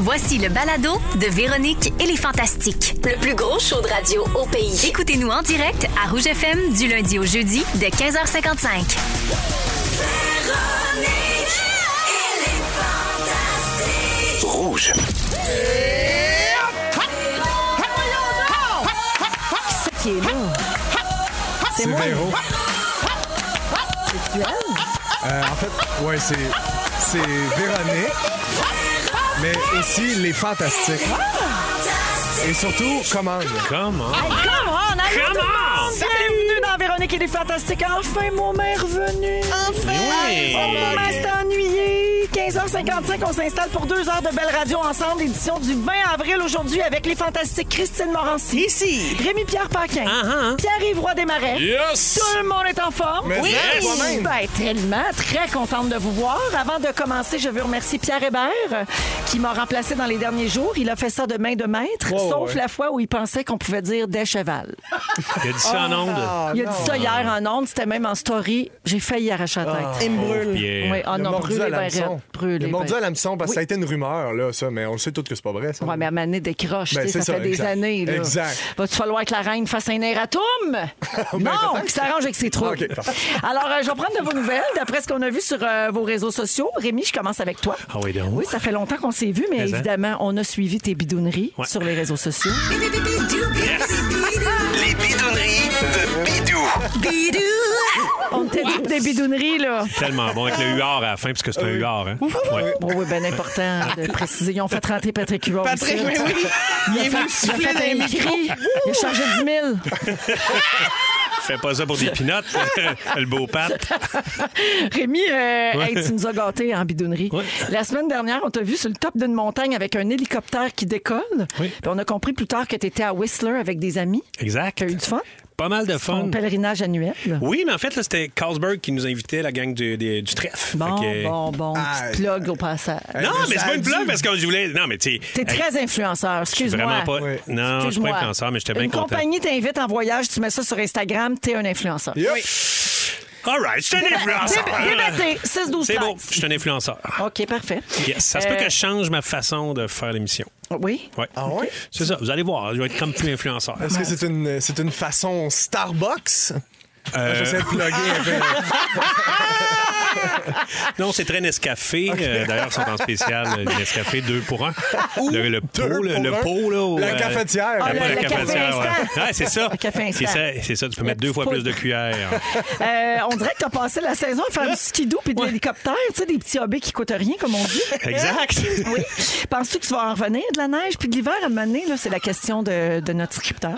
Voici le balado de Véronique et les Fantastiques. Le plus gros show de radio au pays. Écoutez-nous en direct à Rouge FM du lundi au jeudi de 15h55. Rouge. C'est Véro. Euh, en fait, ouais, c'est, c'est Véronique, mais aussi les Fantastiques. Et surtout, commande. Comment? Come on, allô tout le monde! Bienvenue dans Véronique et les Fantastiques. Enfin, mon mère revenu. Ah! Oui! Mon mère s'est ennuyé. 15h55, on s'installe pour deux heures de Belle Radio ensemble, édition du 20 avril aujourd'hui avec les Fantastiques Christine Morancy. Ici. Rémi-Pierre Paquin. Ah, Pierre-Yves Roy Desmarais. Yes! Tout le monde est en forme. hein. Mais Oui. ça, toi-même. Ben, tellement, très contente de vous voir. Avant de commencer, je veux remercier Pierre Hébert euh, qui m'a remplacé dans les derniers jours. Il a fait ça de main de maître, Wow, sauf ouais. la fois où il pensait qu'on pouvait dire des chevals. Il a dit ça en Ah. Ah, ondes. Il a dit ça hier en ondes, c'était même en story. J'ai failli y arracher la tête. Il me brûle. Pierre. Oui, Il ah a non, euh, mordu à brûlé ben raide, l'hameçon. Il brûlé a mordu ben- à l'hameçon parce que ça a été une rumeur, là, ça, mais on le sait tous que c'est pas vrai, ça. Ouais, mais à Mané décroche, Ben, tu sais, c'est ça, ça, fait exact. des années. Là. Exact. Va-tu falloir que la reine fasse un erratum? non, peut-être. qui s'arrange avec ses trous. OK, parfait. Alors, euh, je vais prendre de vos nouvelles, d'après ce qu'on a vu sur euh, vos réseaux sociaux. Rémi, je commence avec toi. Ah oui, donc. Oui, ça fait longtemps qu'on s'est vu, mais, Mais, hein. évidemment, on a suivi tes bidonneries Ouais. sur les réseaux sociaux. Les bidonneries de Bidou. On t'a dit des bidonneries, là. Tellement bon avec le huard à la fin, parce que c'est un huard. Hein? Ouais. Bon, Euh, oui, ben important Ah, de préciser. Ils ont fait rentrer Patrick Huard. Patrick, ici. mais oui. Il est Il venu a souffler fait dans un les micros. cri. Il a chargé 10 000. Fais pas ça pour des pinottes, le beau pat. Rémi, euh, hey, tu nous as gâtés en bidonnerie. Ouais. La semaine dernière, on t'a vu sur le top d'une montagne avec un hélicoptère qui décolle. Oui. Puis on a compris plus tard que tu étais à Whistler avec des amis. Exact. Tu as eu du fun? Pas mal de Ton fun. pèlerinage annuel. Oui, mais en fait, là, c'était Carlsberg qui nous invitait, la gang du, des- du trèfle. Bon, Fait que- bon, bon. Ah, Petite plug au passage. Non, Eh, mais mais ça c'est a pas une dû. blague parce que je voulais. Non, mais tu sais. T'es très influenceur, excuse-moi. Vraiment pas. Oui. Non, je suis Excuse-moi. pas influenceur, mais j'étais bien Une content. compagnie t'invite en voyage, tu mets ça sur Instagram, t'es un influenceur. Yup. All right, je suis un influenceur. Dé- débattez, 6-12 Ah, C'est bon, likes. je suis un influenceur. OK, parfait. Yes, ça se peut Euh, que je change ma façon de faire l'émission. Oui? Ouais. Ah ouais? C'est ça, vous allez voir, je vais être comme plus influenceur. Est-ce que c'est une, c'est une façon Starbucks? Euh, J'essaie de plugger un peu. non, c'est très Nescafé. Euh, D'ailleurs, ils sont en spécial, euh, Nescafé 2 pour 1. Le, le pot, deux le, pour le un. pot, là. au, La euh, cafetière. la- Ah, le- pas la le café cafetière, ouais. instant. Ouais, c'est ça. Le café C'est instant. ça, c'est ça, tu peux mettre deux petite fois poudre. plus de cuillères. Euh, on dirait que t'as passé la saison à faire du skidoo puis de l'hélicoptère, tu sais, des petits hobbies qui coûtent rien, comme on dit. Exact. Oui. Penses-tu que tu vas en revenir de la neige puis de l'hiver à un moment donné, là, c'est la question de, de notre scripteur.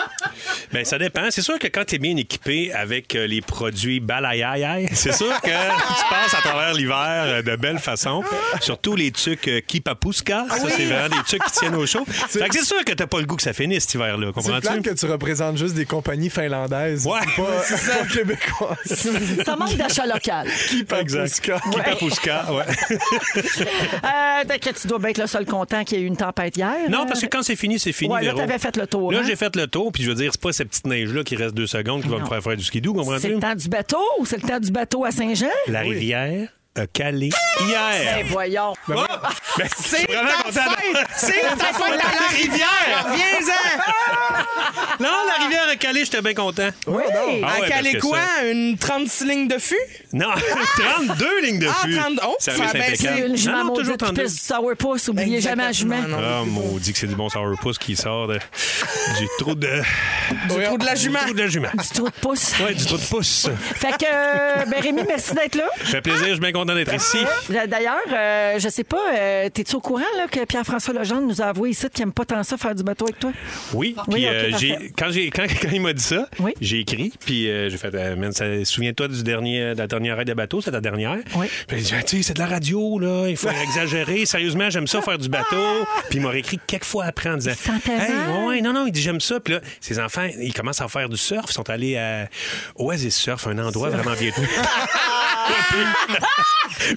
Ben, ça dépend. C'est sûr que quand tu es bien équipé avec euh, les produits balayayaye, c'est sûr que tu passes à travers l'hiver euh, de belle façon. Surtout les trucs euh, Kipapuska. Ah Ça, c'est vraiment des trucs qui tiennent au chaud. Fait que c'est sûr que t'as pas le goût que ça finisse cet hiver-là. C'est Comprends-tu? plate que tu représentes juste des compagnies finlandaises. Ouais. Pas, pas québécoises. Ça manque d'achat local. Exact. Kipapuska. Kipapuska, ouais. Euh, t'inquiète, tu dois bien être le seul content qu'il y ait eu une tempête hier. hein? Non, parce que quand c'est fini, c'est fini. Ouais, là, Véro. t'avais fait le tour, Là, hein? j'ai fait le tour, puis je veux dire, c'est pas cette petite neige-là qui reste deux secondes qui va me faire faire du skidoo, C'est le comprends-tu? temps du bateau, c'est le temps du bateau à Saint-Jean. La rivière a calé hier. Ben voyons. Oh! Ben, je suis vraiment content de- C'est la façon de la rivière. Ah Viens-en. Non, la rivière a calé, j'étais bien content. Oui. Ah ouais, À parce caler que quoi? ça- Une 36 lignes de fût? Non, 32 lignes de Ah, fût. 30 oh, Service ça a baissé impeccable. Une jument Non, non, toujours maudite qui 32. pisse du sourpuss, oubliez jamais la jument. Non, non. Ah, maudit que c'est du bon sourpuss qui sort de- du trou de... Du trou de la Du jument. trou de la jument. Du trou de pouce. Ouais, du trou de pouce. Fait que, euh, ben Rémi, merci d'être là. Ça fait plaisir, je suis bien content d'être ici. D'ailleurs, euh, je sais pas, euh, t'es-tu au courant là, que Pierre-François Legendre nous a avoué ici qu'il aime pas tant ça faire du bateau avec toi? Oui, Ah, Oui, puis ok, euh, parfait. j'ai- quand, j'ai- quand, quand il m'a dit ça, Oui. j'ai écrit, puis euh, j'ai fait euh, Man, ça- Souviens-toi du dernier, de la dernière raid de bateau, c'est la dernière. Oui. Puis il dit Ah, Tu sais, c'est de la radio, là, il faut exagérer. Sérieusement, j'aime ça faire du bateau. Ah! Puis il m'a réécrit quelques fois après en disant sentait Hey, mal. ouais, non, non, il dit J'aime ça. Puis là, ses enfants, ils commencent à faire du surf. Ils sont allés à Oasis Surf, un endroit vraiment vieux.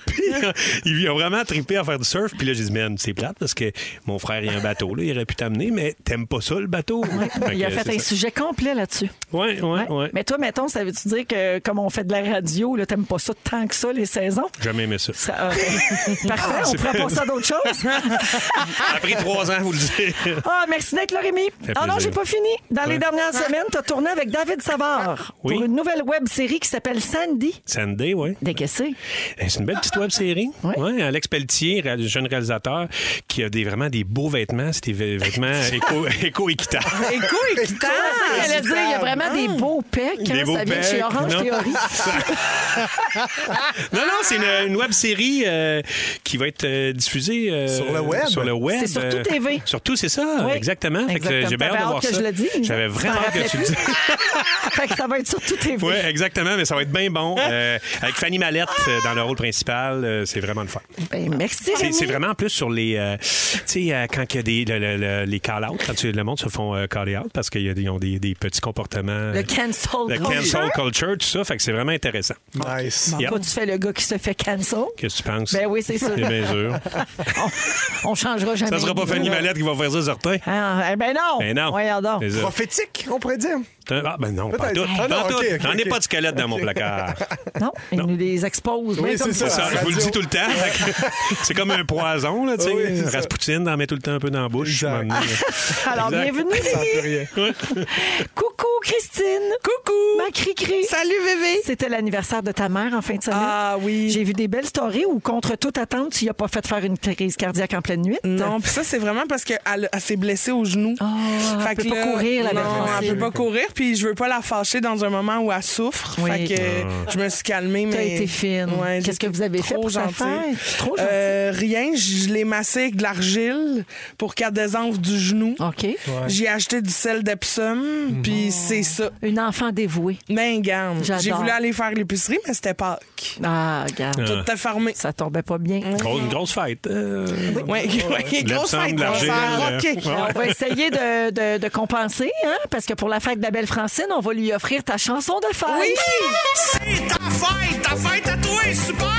Puis euh, ils ont vraiment trippé à faire du surf. Puis là, j'ai dit, man, c'est plate parce que mon frère, il a un bateau, là, il aurait pu t'amener, mais t'aimes pas ça, le bateau? Fait Il a que fait c'est un ça. sujet complet là-dessus. Ouais, ouais, ouais. Mais toi, mettons, ça veut-tu dire que comme on fait de la radio, là, t'aimes pas ça tant que ça, les saisons? Jamais aimé ça. Ça, euh, parfait, on pourrait passer à d'autres choses. Ça a pris trois ans, vous le dire. Ah, merci d'être là, Rémi. fait Ah non, plaisir. j'ai pas fini. Dans les dernières semaines, t'as tourné avec David Savard Oui. pour une nouvelle web-série qui s'appelle Sandy. Sunday, ouais. Dès que c'est. Eh, C'est une belle petite web série. Ouais. Alex Pelletier, ré- jeune réalisateur, qui a des, vraiment des beaux vêtements. C'est des v- vêtements éco- éco-équitables. Écoute, Ah, écoutable. j'allais dire, il y a vraiment des beaux pecs. hein, Des beaux ça vient de chez pecs, Orange non. Ah, Théorie. non, non, c'est une, web série qui va être euh, diffusée euh, Sur le web. Sur le web. C'est sur tout euh, TV. Sur tout, c'est ça. Oui. Exactement. Fait que, euh, Exactement. j'ai bien hâte de T'avais voir hâte que ça. je le dise. J'avais Je vraiment m'en hâte que tu le dises. rappelais fait que ça va être sur tout TV. Oui, exactement, mais ça va être bien bon. Euh, avec Fanny Mallette euh, dans le rôle principal, euh, c'est vraiment le fun. Ben, merci, C'est Rémi. c'est vraiment plus sur les. euh, tu sais, euh, quand il y a des, le- le- le- les call-outs, quand tu- le monde se font euh, call-out parce qu'ils ont des, des petits comportements. Le cancel. Le cancel culture, tout ça. Fait que c'est vraiment intéressant. Nice. Yep. Toi, tu fais le gars qui se fait cancel. Qu'est-ce que tu penses? Ben oui, c'est sûr. Eh bien sûr. On changera jamais. Ça sera pas Fanny Mallette qui va faire ça, certain. Ah, eh ben non. Ben non. Voyons donc. Mais, euh, Prophétique, on pourrait dire. Ah, ben non, pas Peut-être. tout. Ah non, Pas tout. ok, ok, J'en ai ok. pas de squelette dans mon placard. Non, il nous les expose. Oui, Mais comme c'est C'est Ah, ça, je vous le radio. dis tout le temps. c'est comme un poison, là, tu sais. Ah oui, c'est ça. Raspoutine, t'en mets tout le temps un peu dans la bouche. Exact. à un moment donné. Alors, Exact. bienvenue, Ça Rémi. peut rien. Coucou, Christine. Coucou. Ma cri-cri. Salut bébé. C'était l'anniversaire de ta mère en fin de semaine. Ah oui. J'ai vu des belles stories où, contre toute attente, tu n'as pas fait faire une crise cardiaque en pleine nuit. Ah, Non, puis ça, c'est vraiment parce qu'elle elle s'est blessée au genou. elle Fait que peut pas là, courir, la belle Non, elle Francine. peut pas courir, puis je veux pas la fâcher dans un moment où elle souffre. Oui. Fait que Ah. je me suis calmée. T'as mais- été fine. Ouais, j'ai Qu'est-ce que été vous avez fait trop pour sa gentille. fête? Trop gentille. Euh, rien, je l'ai massée avec de l'argile pour qu'elle désenfle du genou. OK. J'ai acheté du sel Mhm. d'Epsom, puis c'est ça. Une enfant dévouée. Ben, garde. J'adore. J'ai voulu aller faire l'épicerie, mais c'était Pâques. Ah, regarde. Euh. Tout était fermé. Ça tombait pas bien. Grosse- une grosse fête. euh. Oui, ouais, grosse L'Epsom, fête, de on l'argile, s'en euh, roquait. On va essayer de, de- de compenser, hein, parce que pour la fête de la belle Francine, on va lui offrir ta chanson de fête. Oui! C'est ta fête, ta fête à toi, super!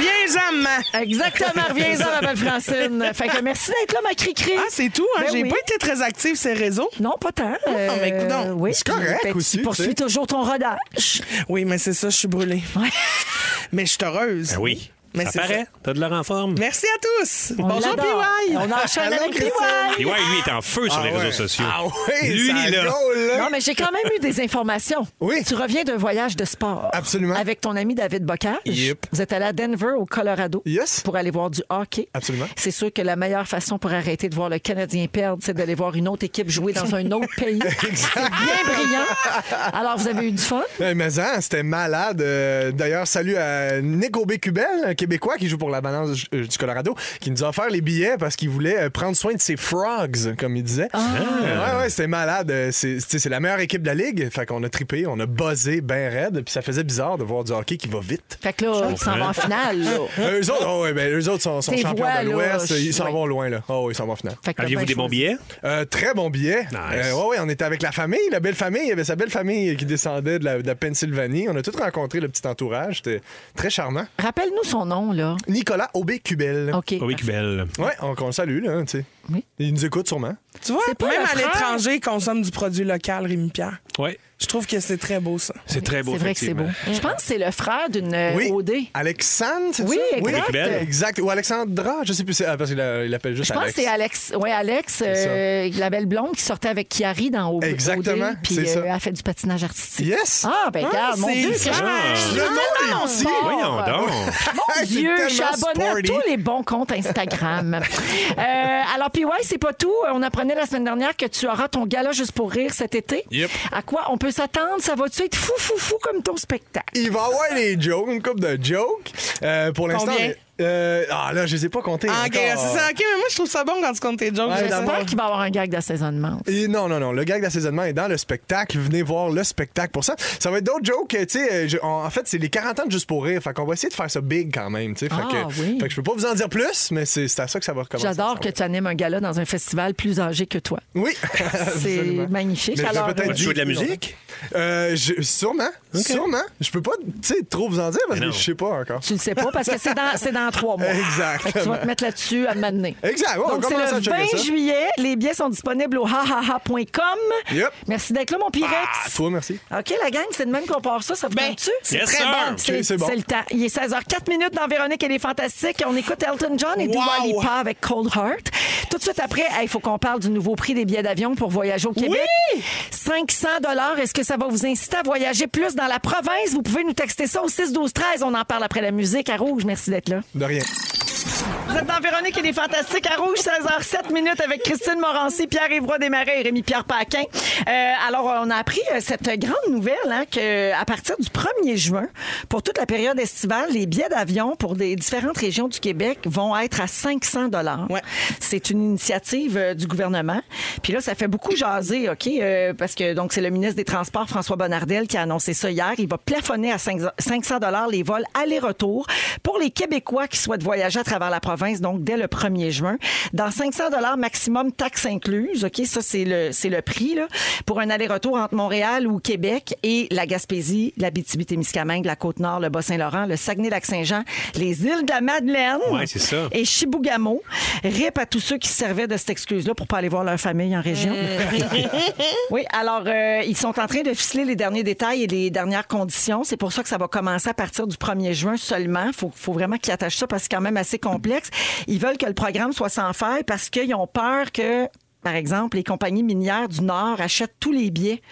Viens-en, maman. Exactement, reviens-en, ma belle Francine. Fait que merci d'être là, ma cri-cri. Ah, c'est tout, hein? Ben J'ai oui. pas été très active ces réseaux. Non, pas tant. Euh, mais coudonc. oui, C'est puis, correct ben, aussi, Tu poursuis tu sais. toujours ton rodage. Oui, mais c'est ça, je suis brûlée. Mais je suis heureuse. Ah Ben oui. Mais ça c'est paraît. T'as de la renforme. Merci à tous. On Bonjour, l'adore. PY. On enchaîne Allô, avec Christine. PY. Et ouais, lui, il est en feu sur les Ah ouais. réseaux sociaux. Ah oui, Lui, ça là. go, là. Non, mais j'ai quand même eu des informations. Oui. Tu reviens d'un voyage de sport. Absolument. Avec ton ami David Bocage. Yep. Vous êtes allé à Denver, au Colorado. Yes. Pour aller voir du hockey. Absolument. C'est sûr que la meilleure façon pour arrêter de voir le Canadien perdre, c'est d'aller voir une autre équipe jouer dans un autre pays. c'est bien brillant. Alors, vous avez eu du fun? Eh, Mais hein, c'était malade. Euh, D'ailleurs, salut à Nico B. Cubel, un Québécois qui joue pour la balance du- euh, du Colorado, qui nous a offert les billets parce qu'il voulait euh, prendre soin de ses frogs, comme il disait. Euh, Ouais, ouais, c'était malade. Euh, C'est tu sais, c'est la meilleure équipe de la ligue. Fait qu'on a trippé, on a buzzé ben raide. Puis ça faisait bizarre de voir du hockey qui va vite. Fait que là, ils s'en vont en finale. là. Euh, eux autres, oh, ouais, ben, eux autres sont, sont Tes champions voix, de là, l'Ouest. je- Ils s'en ouais. vont loin, là. Oh, ils s'en vont en finale. Fait que ben, t'as Aviez-vous bien des bons choisi. billets? Euh, très bon billet. Nice. Euh, ouais, ouais, on était avec la famille, la belle famille. Il y avait sa belle famille qui descendait de la, de la Pennsylvanie. On a tous rencontré le petit entourage. C'était très charmant. Rappelle-nous son nom, là. Nicolas Aubé-Cubel. OK. Oh oui, que belle. Ouais, on, on le salue, là, tu sais. Oui. Il nous écoute sûrement. Tu vois, C'est pas même le à frère. l'étranger, ils consomment du produit local, Rémi-Pierre. Ouais. Je trouve que c'est très beau, ça. C'est très beau. C'est vrai que c'est beau. effectivement. Je pense que c'est le frère d'une euh, OD. Alexandre, c'est Oui, ça? exact. Aubé-Cubel. Exact. Ou Alexandra, je sais plus. c'est- ah, parce qu'il a- il appelle juste Je pense que Alex. c'est Alex, ouais, Alex ça. euh, la belle blonde qui sortait avec Chiari dans Au Exactement, Au Dé, Puis c'est ça. euh, elle fait du patinage artistique. Yes! Ah, ben, regarde, mon c'est Dieu, vrai. que Le monde est petit! Voyons donc. Mon C'est Dieu, je suis tellement abonnée à sporty. tous les bons comptes Instagram. Euh, alors, puis ouais, c'est pas tout. Euh, On apprenait la semaine dernière que tu auras ton gala juste pour rire cet été. Yep. À quoi on peut s'attendre? Ça va-tu être fou, fou, fou comme ton spectacle? Il va avoir des jokes, une coupe de jokes. Euh, pour l'instant. Combien? euh, ah, là, je les ai pas comptés. Ah, OK, encore. c'est ça. OK, mais moi, je trouve ça bon quand tu comptes tes jokes. Ouais, j'aime ça. J'espère qu'il va y avoir un gag d'assaisonnement. Et non, non, non. Le gag d'assaisonnement est dans le spectacle. Venez voir le spectacle pour ça. Ça va être d'autres jokes. euh, Tu sais, euh, je- en, en fait, c'est les 40 ans de Juste pour rire. Fait qu'on va essayer de faire ça big quand même. tu sais. Fait, Ah, que, oui. fait que je peux pas vous en dire plus, mais c'est c'est à ça que ça va recommencer. J'adore Ça que va. tu animes un gala dans un festival plus âgé que toi. Oui. C'est Absolument. magnifique. Mais je l'ai Alors, peut-être euh, Tu joues de la musique? Euh, je- sûrement. Sûrement. Je peux pas tu sais, trop vous en dire parce Mais que non. je sais pas encore. Tu le sais pas parce que c'est dans, c'est dans trois mois. Exactement. Fait que tu vas te mettre là-dessus à m'amener. Exact. Ouais, on Donc, c'est commence à le checker 20 ça. juillet. Les billets sont disponibles au hahaha.com. Yep. Merci d'être là, mon Pyrex. Ah, toi, merci. OK, la gang, c'est de même qu'on part ça. Ça vous Ben, tente-tu? c'est Yes, très sir. bon. C'est c'est bon. c'est le temps. Il est 16h04 minutes dans Véronique et les Fantastiques. On écoute Elton John et Dua Wow. Lipa avec Cold Heart. Tout de suite après, il faut qu'on parle du nouveau prix des billets d'avion pour voyager au Québec. 500 dollars. Est-ce que ça va vous inciter à voyager plus dans la province? Vous pouvez nous texter ça au 6 12 13. On en parle après la musique à Rouge. Merci d'être là. De rien. Vous êtes dans Véronique et les Fantastiques à Rouge, 16h07 minutes avec Christine Morancy, Pierre Évroy Desmarais et Rémi Pierre Paquin. Euh, alors, on a appris euh, cette grande nouvelle hein, que à partir du 1er juin, pour toute la période estivale, les billets d'avion pour des différentes régions du Québec vont être à 500 dollars. Ouais. C'est une initiative euh, du gouvernement. Puis là, ça fait beaucoup jaser, OK? euh, parce que donc c'est le ministre des Transports, François Bonnardel, qui a annoncé ça hier. Il va plafonner à 500 les vols aller-retour pour les Québécois qui souhaitent voyager à travers la province, donc dès le 1er juin. Dans 500 maximum, taxes incluses, OK? Ça, c'est le, c'est le prix, là, pour un aller-retour entre Montréal ou Québec et la Gaspésie, la Bitibi-Témiscamingue, la Côte-Nord, le Bas-Saint-Laurent, le Saguenay-Lac-Saint-Jean, les îles de la Madeleine. Ouais, c'est ça. Et Chibougamau, RIP à tous ceux qui se servaient de cette excuse-là pour pas aller voir leur famille en région. oui, alors, euh, ils sont en train de ficeler les derniers détails et les dernières conditions. C'est pour ça que ça va commencer à partir du 1er juin seulement. Il faut, faut vraiment qu'ils attachent ça parce que c'est quand même assez complexe. Ils veulent que le programme soit sans faille parce qu'ils ont peur que... Par exemple, les compagnies minières du Nord achètent tous les billets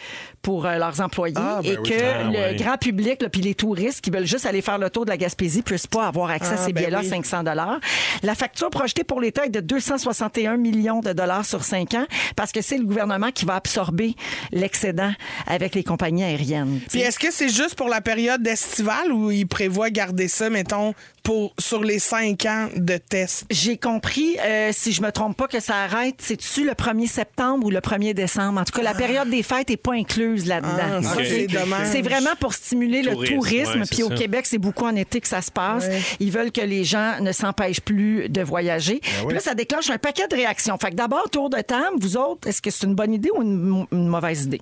pour euh, leurs employés Ah, ben et oui. que Ah, le ouais. grand public, là, puis les touristes qui veulent juste aller faire le tour de la Gaspésie, puissent pas avoir accès à Ah, ces ben billets-là oui. 500 dollars. La facture projetée pour l'État est de 261 millions de dollars sur 5 ans parce que c'est le gouvernement qui va absorber l'excédent avec les compagnies aériennes. Puis est-ce que c'est juste pour la période estivale ou ils prévoient garder ça, mettons, pour sur les cinq ans de test? J'ai compris, euh, si je me trompe pas, que ça arrête, c'est-tu le 1er septembre ou le 1er décembre? En tout cas, la période des fêtes n'est pas incluse là-dedans. Ah, ça, Ok. c'est dommage. C'est vraiment pour stimuler Tourisme, le tourisme. ouais, c'est Puis au ça. Québec, c'est beaucoup en été que ça se passe. Ils veulent que les gens ne s'empêchent plus de voyager. Ben Puis là, ça déclenche un paquet de réactions. Fait que d'abord, tour de table, vous autres, est-ce que c'est une bonne idée ou une, une mauvaise idée?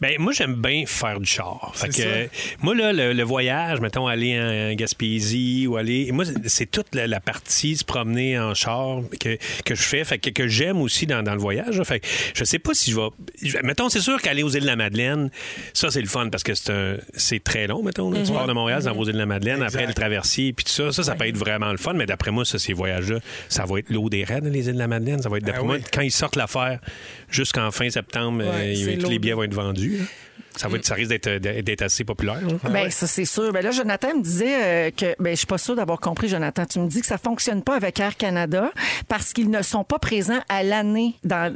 Ben, moi, j'aime bien faire du char. Fait que, euh, moi, là, le, le voyage, mettons, aller en Gaspésie ou aller. Moi, c'est- c'est toute la, la partie se promener en char que, que je fais, fait que, que j'aime aussi dans, dans le voyage. là. Fait que je sais pas si je vais. je- Mettons, c'est sûr qu'aller aux îles de la Madeleine, ça, c'est le fun parce que c'est un- c'est très long, mettons. là. Tu Mhm. pars de Montréal, dans vos îles de la Madeleine, après le traversier, puis tout ça. Ça, ça peut être vraiment le fun, mais d'après moi, ça, ces voyages-là, ça va être l'eau des raids, les îles de la Madeleine. Ça va être, d'après moi, quand ils sortent l'affaire jusqu'en fin septembre, Ah Ouais, euh, il- c'est tous les l'eau billets vont être vendus. là. Ça, va être, ça risque d'être, euh, d'être assez populaire. là. Ben, ça, c'est sûr. Ben là, Jonathan me disait euh, que. Ben, je suis pas sûre d'avoir compris, Jonathan. Tu me dis que ça fonctionne pas avec Air Canada parce qu'ils ne sont pas présents à l'année. Dans...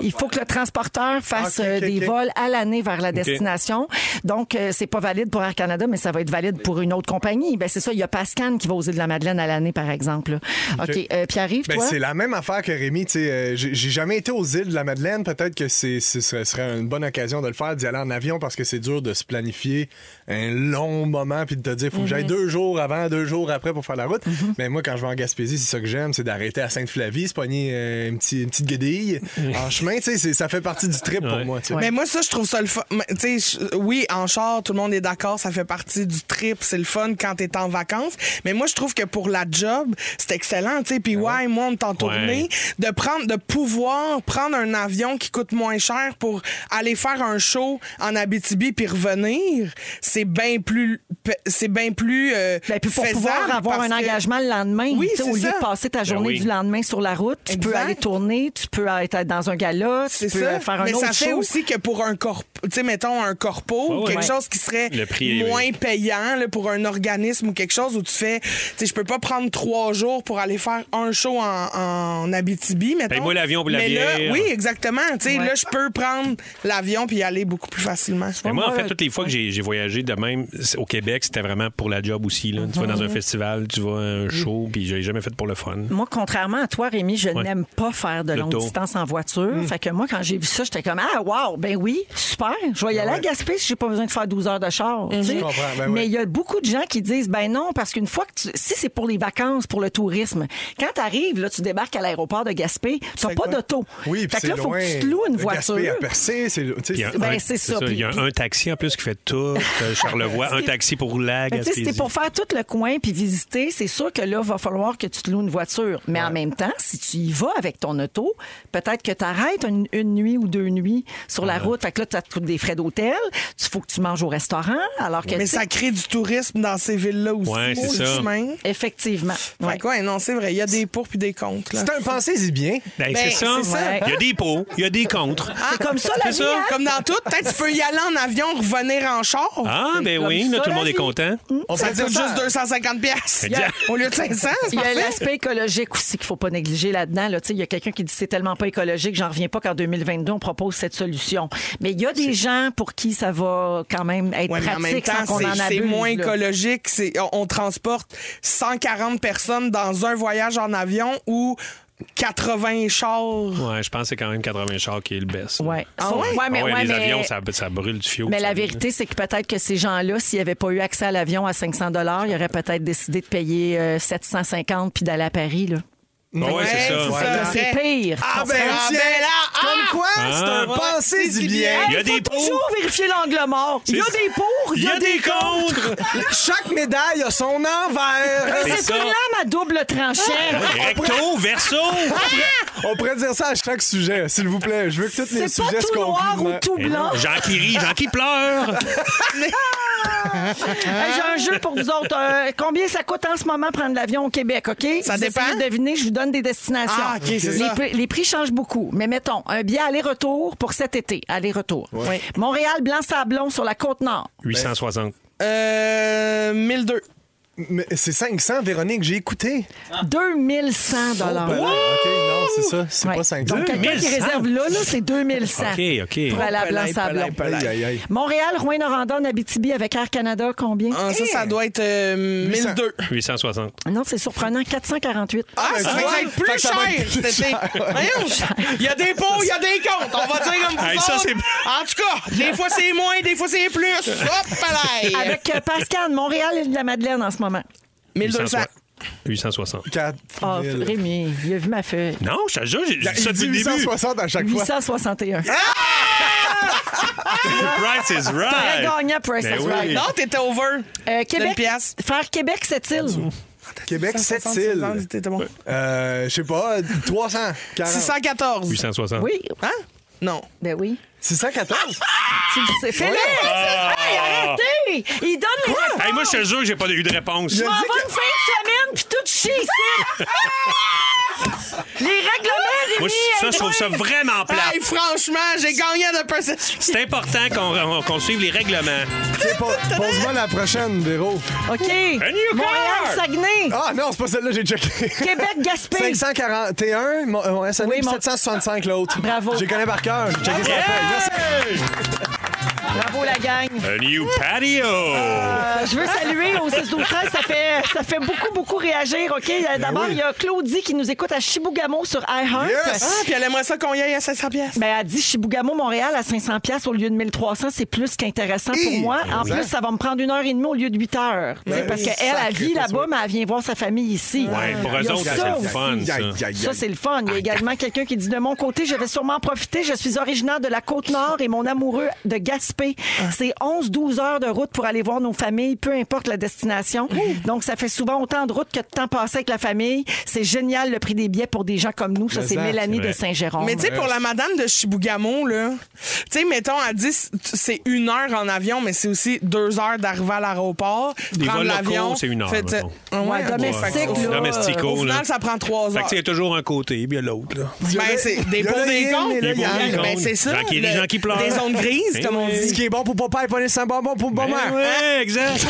Il faut que le transporteur fasse Ah, Ok, ok, euh, des ok. vols à l'année vers la destination. Donc, euh, c'est pas valide pour Air Canada, mais ça va être valide pour une autre compagnie. Ben, c'est ça. Il y a Pascan qui va aux îles de la Madeleine à l'année, par exemple. là. OK. Euh, Pierre-Yves, Ben, toi? c'est la même affaire que Rémi. tu sais, euh, J'ai j'ai jamais été aux îles de la Madeleine. Peut-être que c'est- ce serait, serait une bonne occasion de le faire, d'y aller en avion parce que c'est dur de se planifier un long moment puis de te dire faut que j'aille Mhm. deux jours avant, deux jours après pour faire la route. Mais moi, quand je vais en Gaspésie, c'est ça que j'aime, c'est d'arrêter à Sainte-Flavie, se pogner euh, un petit- une petite guédille en chemin. tu sais, c'est- Ça fait partie du trip pour moi. tu sais. Mais moi, ça, je trouve ça le fun. Mais, tu sais, je- oui, en char, tout le monde est d'accord, ça fait partie du trip, c'est le fun quand t'es en vacances. Mais moi, je trouve que pour la job, c'est excellent, tu sais. Puis ouais, moi, on est en tournée. De prendre, de pouvoir prendre un avion qui coûte moins cher pour aller faire un show en Abitibi puis revenir, c'est bien plus, c'est bien plus, euh, Ben, puis pour faisable pouvoir avoir parce un que- engagement le lendemain, Oui, tu sais, au c'est lieu ça. de passer ta journée Ben oui. du lendemain sur la route, tu peux Exact. aller tourner, tu peux être dans un gala, tu C'est peux ça. faire un mais autre ça fait show. aussi que pour un corpo, tu sais, mettons un corpo, ou ouais. quelque Ouais. chose qui serait Le prix est- moins payant là, pour un organisme ou quelque chose où tu fais, tu sais, je peux pas prendre trois jours pour aller faire un show en, en Abitibi, mettons. Paye-moi Ben, l'avion pour la Mais là, bière. oui, exactement. Tu sais, là, je peux prendre l'avion puis y aller beaucoup plus facilement. Mais Ben, moi, en fait, toutes les fois que j'ai, j'ai voyagé de même c'est- au Québec, c'était vraiment pour la job aussi. là. Tu vas Mhm. dans un festival, tu vas à un show, puis je l'ai jamais fait pour le fun. Moi, contrairement à toi, Rémi, je Ouais. n'aime pas faire de Le longues tour. distances en voiture. Mm. Fait que moi, quand j'ai vu ça, j'étais comme Ah, wow, ben oui, super. Je Ben vais y aller à Gaspé si j'ai pas besoin de faire 12 heures de char. Mm-hmm. tu sais. Je comprends, ben oui. Mais il y a beaucoup de gens qui disent Ben non, parce qu'une fois que tu. Si c'est pour les vacances, pour le tourisme, quand tu arrives, là, tu débarques à l'aéroport de Gaspé, tu n'as pas quoi? d'auto. Oui, puis fait que c'est là, faut loin. que tu te loues une Le Gaspé voiture. à Percé, c'est. tu sais, Puis, c'est- hein, Ben, Ouais, c'est c'est ça. ça, Puis il y a a un taxi en plus qui fait tout euh, Charlevoix, un taxi pour la Mais Ben, tu sais, si Gaspésie. t'es pour faire tout le coin puis visiter, c'est sûr que là, va falloir que tu te loues une voiture. Mais en même temps, si tu y vas avec ton auto, peut-être que tu arrêtes une, une nuit ou deux nuits sur la route. Fait que là, tu as des frais d'hôtel. Il faut que tu manges au restaurant. Alors que, Mais tu sais, ça crée du tourisme dans ces villes-là aussi. Ouais, c'est au ça. chemin. Effectivement. Fait que ouais, non, c'est vrai. Il y a des pour puis des contre. là. C'est un pensez-y bien. Ben, Ben, c'est ça. c'est ça. Il y a des pots, il y a des contres. C'est comme ça, la C'est vie, ça. hein? Ah! Comme dans tout, peut-être tu peux y aller en avion, revenir en char. Ah, ben comme oui, là, ça, tout le monde la est vie. Hmm. content. On Ça peut dire coûte ça. juste 250 pièces Exact. au lieu de 500, c'est Il y a parfait. l'aspect écologique aussi qu'il faut pas négliger là-dedans. Là, Tu sais, il y a quelqu'un qui dit c'est tellement pas écologique, j'en reviens pas qu'en 2022 on propose cette solution. Mais il y a des gens pour qui ça va quand même être Ouais, mais en même pratique sans temps, qu'on en abuse. c'est- c'est moins là. écologique. C'est- On, on transporte 140 personnes dans un voyage en avion ou 80 chars. Ouais, je pense que c'est quand même 80 chars qui est le best. Ouais. Ah ouais? Ouais, mais, Ah ouais, ouais, les mais- avions, ça, ça brûle du fioul. mais ça. la vérité, c'est que peut-être que ces gens-là, s'ils n'avaient pas eu accès à l'avion à 500 ils auraient peut-être décidé de payer euh, 750 puis d'aller à Paris. Là. Ouais, ouais, c'est ça. Là, c'est Ouais. c'est pire. Ah ben Ah, tiens, ben là, ah! comme quoi, c'est un Ah. pensez-y bien. Il y a Faut des pots, toujours vérifier l'angle mort. Il y a C'est- des pour, il y a des contres. Chaque médaille a son envers. C'est C'est ça. une lame à double tranchant. Ah. Recto, verso. On pourrait dire ça à chaque sujet, s'il vous plaît. Je veux que tous les C'est pas sujets se tout noir ou concluent. tout Et blanc. non, Jean qui rit, Jean qui pleure. Hey, J'ai un jeu pour vous autres. Euh, combien ça coûte en ce moment prendre l'avion au Québec, OK? Ça Vous dépend. essayez de deviner, je vous donne des destinations. Ah, OK, c'est les, ça. prix- les prix changent beaucoup. Mais mettons, un billet aller-retour pour cet été. Aller-retour. Montréal, Blanc-Sablon sur la Côte-Nord. 860. Euh, 1002. Mais c'est 500, Véronique, j'ai écouté. 2100 Oh, ben là, OK, non, c'est ça. C'est Ouais. pas 500. Donc, quelqu'un qui 2100. réserve là, là c'est 2100 OK, OK. pour aller à Blanc-Sablon. Aïe, aïe, aïe. Montréal, Rouen-Noranda, Abitibi avec Air Canada, combien? Ah, ça, ça doit être euh, 800. 1002. 860. Non, c'est surprenant, 448. Ah, ben, ça tu va vois, être fait que plus ça va être cher. plus cet été. cher, ouais. Voyons, Il y a des pots, il y a des comptes. On va dire comme Hey, vous ça, autres. c'est- En tout cas, des fois c'est moins, des fois c'est plus. Hop, pareil. Avec euh, Pascal, Montréal et de la Madeleine en ce moment. 1200. 860. 4 Ah, Rémi, il a vu ma feuille. Non, je te jure, j'ai j'ai dit ça Il depuis dit le début. 860 à chaque fois. 861. The price is T'aurais right. gagné à Price Ben is oui. Right. Non, t'étais over. Euh, D'une Québec, pièce. faire Québec, cette île. Québec, 7 Non, îles. t'étais bon. Euh, je sais pas, 340. 614. 860. Oui, Hein? Non. ben oui. 614? Tu le sais. Félix! Hey, arrêtez! Il donne les réponses. Hey, moi, je te jure, j'ai pas eu de réponse. Il a On va dit que- une fin de semaine, puis tout chie ici. les règlements, Moi, Rémi, je- ça, je trouve ça Andrew. vraiment plat. Hey, franchement, j'ai gagné de perception. C'est important qu'on qu'on suive les règlements. C'est pas- Pose-moi la prochaine, Véro. Un hein? OK. new Montréal, car. Saguenay. Ah non, c'est pas celle-là, j'ai checké. Québec, Gaspé. 541, mon, euh, mon SNM, Oui, puis mon- 765 l'autre. Bravo. Je les connais par cœur, j'ai checké ça. Ah, Merci. Hey! Bravo, la gang. A new patio. Euh, je veux saluer au 6 12 13 ça fait, ça fait beaucoup, beaucoup réagir, OK? Ben Euh, D'abord, il y a Claudie qui nous écoute à Chibougamau sur iHeart. Ah, puis elle aimerait ça qu'on y aille à 500 pièces. Ben, elle dit Chibougamau, Montréal, à 500 pièces au lieu de 1300, c'est plus qu'intéressant pour Hi! moi. En Exact. plus, ça va me prendre une heure et demie au lieu de huit heures. Tu sais, Ben, parce qu'elle, sacré elle vit que là-bas, soit. mais elle vient voir sa famille ici. Ouais, pour Il y eux a autres, ça c'est le aussi. fun, ça. Aïe, aïe, aïe. Ça, c'est le fun. Il y a également quelqu'un qui dit De mon côté, je vais sûrement en profiter. Je suis originaire de la Côte-Nord et mon amoureux de Gaspé. C'est 11-12 heures de route pour aller voir nos familles, peu importe la destination. Donc, ça fait souvent autant de route que de temps passé avec la famille. C'est génial le prix des billets pour des gens comme nous. Ça, Mais c'est ça, Mélanie c'est de vrai. Saint-Jérôme. Mais tu sais, pour la madame de Chibougamau, là, tu sais, mettons, à 10, c'est une heure en avion, mais c'est aussi deux heures d'arriver à l'aéroport. Les prendre vols l'avion. locaux, c'est une heure, Fait, mettons. euh, ouais, Ouais, domestique, ouais, ouais. là. Domestico, Au final, là. ça prend trois Fait que heures. tu sais, il y a toujours un côté, puis il y a l'autre. là. Ben, c'est des y a pour le des yin comptes. et le Des yang. pour des Ben, c'est ça. Gens qui rient, le- gens qui pleurent. Des zones grises, Eh comme on oui. Ce dit. qui est bon pour papa est pas hein? nécessairement bon pour Ben maman. ouais, exact.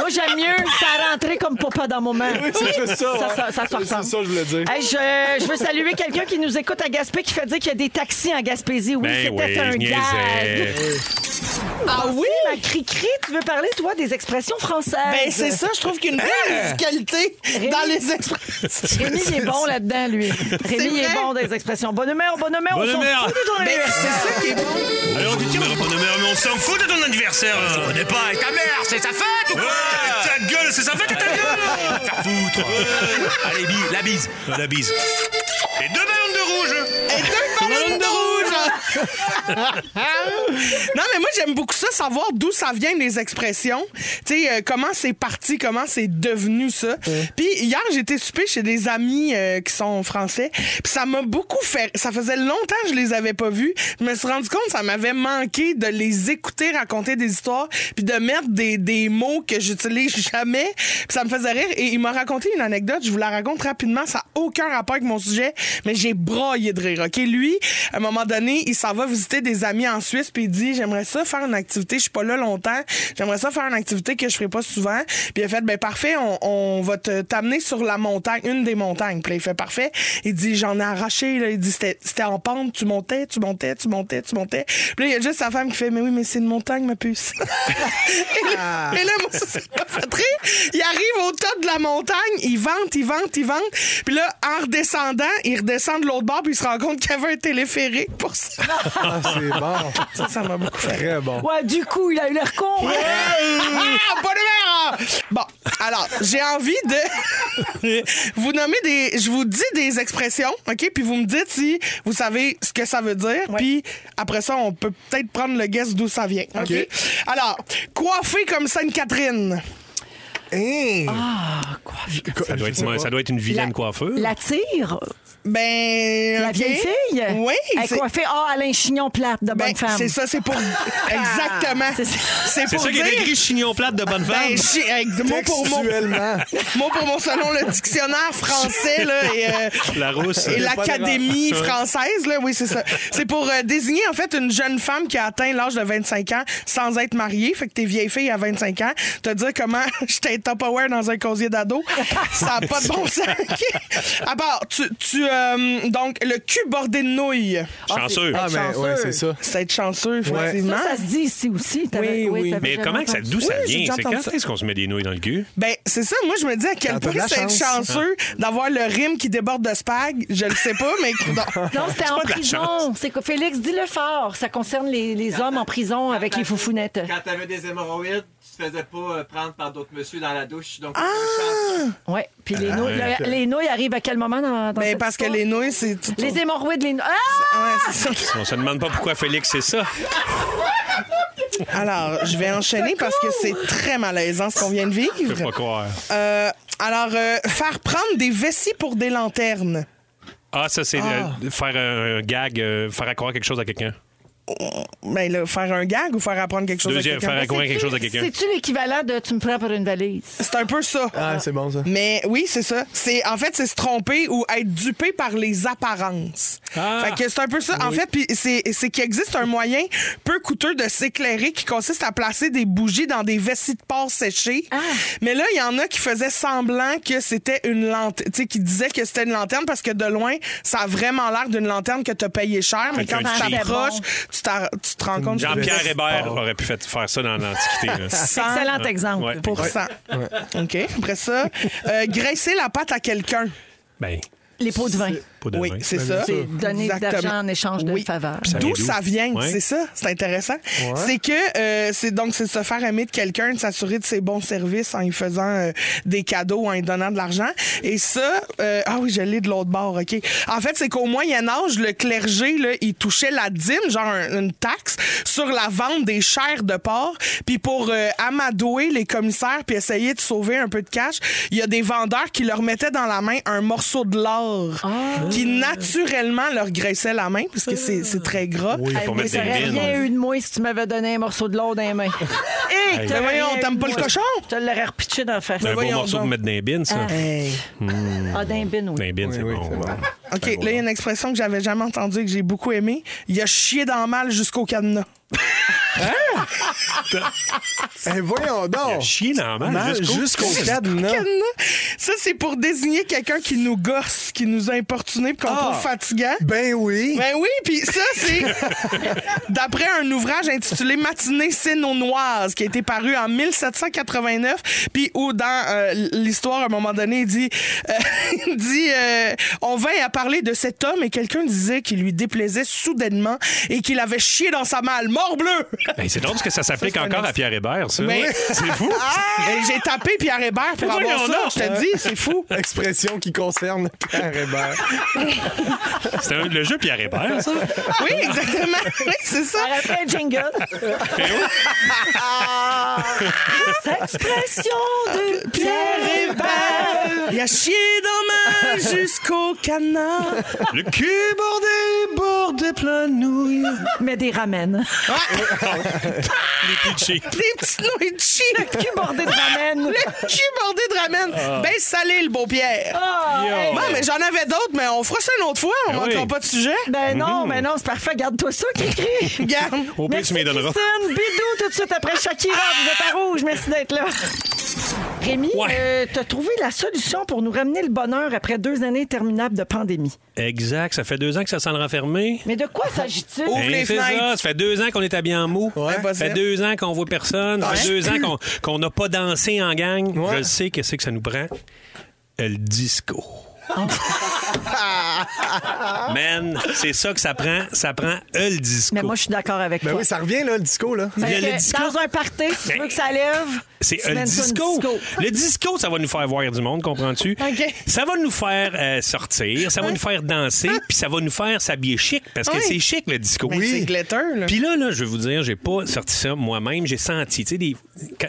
Moi, j'aime mieux ça rentrer comme papa dans mon main. c'est ça, ouais. Ça, ça, ça se C'est ressemble. ça que je voulais dire. Hey, je, je veux saluer quelqu'un qui nous écoute à Gaspé qui fait dire qu'il y a des taxis en Gaspésie. Oui, Ben c'était oui, un je gag. niaisais. Ah oui, ma cri-cri, tu veux parler, toi, des expressions françaises. Ben, c'est ça, je trouve qu'une belle qualité dans les expressions. Rémi, il est bon là-dedans, lui. Rémi, il est vrai. bon des expressions. Bonne humeur, bonne humeur, Bonne on s'en humeur. fout de ton Ben, humeur. c'est ça qui est bon. Alors, du numéro pas numéro, mais on s'en fout de ton anniversaire. là. On n'est pas. Ta mère, c'est sa fête ou quoi Ta gueule, c'est ça, fait ta gueule! Faire foutre! Allez, bi- la bise! La bise! Et deux ballons de rouge! Et deux ballons de rouge! Non, mais moi, j'aime beaucoup ça, savoir d'où ça vient, les expressions. Tu sais, euh, comment c'est parti, comment c'est devenu ça. Puis hier, j'étais souper chez des amis euh, qui sont français. Puis ça m'a beaucoup fait. Ça faisait longtemps que je les avais pas vus. Je me suis rendu compte que ça m'avait manqué de les écouter raconter des histoires, puis de mettre des, des mots que j'utilise jamais. Puis ça me faisait rire. Et il m'a raconté une anecdote, je vous la raconte rapidement. Ça n'a aucun rapport avec mon sujet, mais j'ai broyé de rire. OK? Lui, à un moment donné, il s'en va visiter des amis en Suisse, puis il dit J'aimerais ça faire une activité, je suis pas là longtemps, j'aimerais ça faire une activité que je ferai pas souvent. Puis il a fait Ben parfait, on, on va te- t'amener sur la montagne, une des montagnes. Puis là, il fait parfait. Il dit J'en ai arraché, là. Il dit C'était c'était en pente, tu montais, tu montais, tu montais, tu montais. Puis là, il y a juste sa femme qui fait Mais oui, mais c'est une montagne, ma puce. et, là, et là, moi, ça, ça m'a fait rire. Il arrive au top de la montagne, il vente, il vente, il vente. Puis là, en redescendant, il redescend de l'autre bord, puis il se rend compte qu'il y avait un téléphérique pour ça. Ah, c'est bon. Ça, ça m'a beaucoup fait rire. Très bon. Ouais, du coup, il a eu l'air con. hein? Ah, bonne humeur, hein? Bon, alors, j'ai envie de vous nommer des. Je vous dis des expressions, OK? Puis vous me dites si vous savez ce que ça veut dire. Puis après ça, on peut peut-être prendre le guess d'où ça vient. OK? OK. Alors, coiffé comme Sainte-Catherine. Hey. Ça doit, être, ouais, ça doit être une vilaine hein. coiffure. La tire, Ben. la OK. vieille fille. Oui. Elle est c'est- coiffée. Ah, Alain Chignon plate de ben, bonne femme. Ah, c'est ça, c'est pour. Exactement. C'est ça. C'est pour ça qui est dire- écrit chignon plate de bonne femme. Ben, chi- avec Ah, mot pour mot. Textuellement. Mot pour mot, selon le dictionnaire français, là. Et, euh, la rousse. Et y a pas l'Académie française, là, oui, c'est ça. C'est pour euh, désigner, en fait, une jeune femme qui a atteint l'âge de 25 ans sans être mariée. Fait que t'es vieille fille à 25 ans. Te dire comment j'étais Tupperware dans un casier d'ado. Ça n'a pas de bon sens. OK. À part, tu. tu, euh, donc, le cul bordé de nouilles. Chanceux. Ah, mais chanceux. ouais, c'est ça. C'est être chanceux, effectivement. Ça, ça se dit ici aussi. T'avais- Oui, oui. t'avais Mais jamais comment que ça, entendu d'où ça Oui, j'ai vient? déjà C'est entendu quand ça. est-ce qu'on se met des nouilles dans le cul? Ben, c'est ça. Moi, je me dis à quel Quand t'as point de la c'est être chance. chanceux d'avoir le rime qui déborde de spag. Je le sais pas, mais. non. Non, c'était en prison. C'est quoi? Félix, dis-le fort. Ça concerne les, les hommes en prison avec les foufounettes. Quand t'avais des hémorroïdes, tu te faisais pas euh, prendre par d'autres messieurs dans la douche. Donc, ah! Ouais. Puis les nouilles, le- les nouilles arrivent à quel moment dans, dans Mais cette Ben, parce que histoire? les nouilles, c'est tout. Les hémorroïdes, les nouilles. Ah! Ouais, c'est ça. On se demande pas pourquoi Félix, c'est ça. Alors, je vais enchaîner parce que c'est très malaisant ce qu'on vient de Je peux vivre. pas croire. Euh, alors, euh, faire prendre des vessies pour des lanternes. Ah, ça, c'est euh, faire un, un gag, euh, faire accroire quelque chose à quelqu'un. Ben là, faire un gag ou faire apprendre quelque chose Deuxième, à quelqu'un? faire accroire quelque chose à quelqu'un. C'est-tu l'équivalent de tu me prends pour une valise? C'est un peu ça. Ah, c'est bon, ça. Mais oui, c'est ça. C'est en fait c'est se tromper ou être dupé par les apparences. Ah. Fait que c'est un peu ça. En fait, puis c'est c'est qu'il existe un moyen peu coûteux de s'éclairer qui consiste à placer des bougies dans des vessies de porc séchées. Mais là, il y en a qui faisaient semblant que c'était une lanterne, tu sais qui disaient que c'était une lanterne parce que de loin, ça a vraiment l'air d'une lanterne que t'as payé cher, mais Fait quand qu'un tu cheap. t'approches, tu, t'en- tu te rends compte que Jean-Pierre Hébert aurait pu fait- faire ça dans l'Antiquité. là. Cent Excellent exemple. Ouais. pour cent. OK. Après ça, euh, graisser la patte à quelqu'un. Ben, Les pots de vin. pas de Oui, main. Ben, c'est ça. C'est donner de Exactement. l'argent en échange de Oui. faveur. Ça vient D'où ça vient, Ouais. c'est ça, c'est intéressant. C'est que euh, c'est donc c'est de se faire aimer de quelqu'un, de s'assurer de ses bons services en lui faisant euh, des cadeaux, en lui donnant de l'argent. Et ça, euh, ah oui, je l'ai de l'autre bord, ok. En fait, c'est qu'au Moyen Âge, le clergé là, il touchait la dîme, genre un- une taxe sur la vente des chairs de porc. Puis pour euh, amadouer les commissaires puis essayer de sauver un peu de cash, il y a des vendeurs qui leur mettaient dans la main un morceau de lard qui naturellement leur graissait la main parce que c'est c'est très gras. Oui, pour mettre des T'aurais rien mines. eu de moi si tu m'avais donné un morceau de l'eau dans les mains. Hé, Ben voyons, t'aimes pas le cochon? Je te l'aurais repitché dans la face. Un beau voyons morceau Hmm. donc. pour mettre des bines, ça. Ah, d'un bin, oui. Des bines, c'est oui, bon. bon. OK, là, il y a une expression que j'avais jamais entendue et que j'ai beaucoup aimée. Il a chié dans le mal jusqu'au cadenas. Ah. Eh, voyons donc. Chier dans la main Mal jusqu'au... Jusqu'au Ah. cadenas. Cadenas? Ça, c'est pour désigner quelqu'un qui nous gosse, qui nous a importunés puis qu'on Ah. trouve fatigant. Ben oui. Ben oui, puis ça, c'est d'après un ouvrage intitulé Matinée sénonoise qui a été paru en 1789, puis où dans euh, l'histoire, à un moment donné, il dit, euh, il dit euh, on vint à parler de cet homme et quelqu'un disait qu'il lui déplaisait soudainement et qu'il avait chié dans sa malle. Mort bleu! Ben, c'est drôle parce que ça s'applique c'est un encore à ex- Pierre Hébert, ça. Mais- C'est fou. Et J'ai tapé Pierre Hébert pour Voyons avoir ça, donc. je te dis, c'est fou. Expression qui concerne Pierre Hébert. C'est un- le jeu Pierre Hébert, ça. Oui, exactement. Oui, c'est ça. Arrêtez un jingle. Cette expression de Pierre Hébert. Il a chié dans ma jusqu'au canard. Le cul bordé, bordé plein de nouilles. Mais des ramènes. Les pitchés. Des petites nouilles de chi. Le cul bordé de ramènes. Le cul bordé de Ah. ramen. Ben salé, le beau Pierre. Ah, Bon, mais j'en avais d'autres, mais on fera ça une autre fois. On Ben manquera oui. pas de sujet. Ben Mm-hmm. non, ben non, c'est parfait. Garde-toi ça, Kikri. Regarde. Au pire, Merci tu m'y donneras. Christine, bidou tout de suite après Shakira, vous êtes à rouge, merci d'être là. Rémi, Ouais. euh, t'as trouvé la solution pour nous ramener le bonheur après deux années interminables de pandémie. Exact. Ça fait deux ans que ça sent le renfermé. Mais de quoi s'agit-il? Ouvre les c'est fenêtres. Ben, ça. Ça fait deux ans qu'on est habillé en mou. Ça Impossible. fait deux ans qu'on voit personne. Ça fait Ouais. deux ans qu'on qu'on n'a pas dansé en gang. Je le sais que c'est que ça nous prend. Le disco. Man, c'est ça que ça prend. Ça prend le disco. Mais moi, je suis d'accord avec Ben toi. oui, ça revient, là, le disco, là. Fait Il y a que le disco. Dans un party, si tu Ben, veux que ça lève, C'est tu le mets une disco. tonne disco. Le disco, ça va nous faire voir du monde, comprends-tu? OK. Ça va nous faire euh, sortir, ça va nous faire danser, puis ça va nous faire s'habiller chic, parce que Oui. c'est chic le disco. Ben, Ah. C'est glitter, là. Puis là, là, je vais vous dire, j'ai pas sorti ça moi-même, j'ai senti, tu sais, des... quand...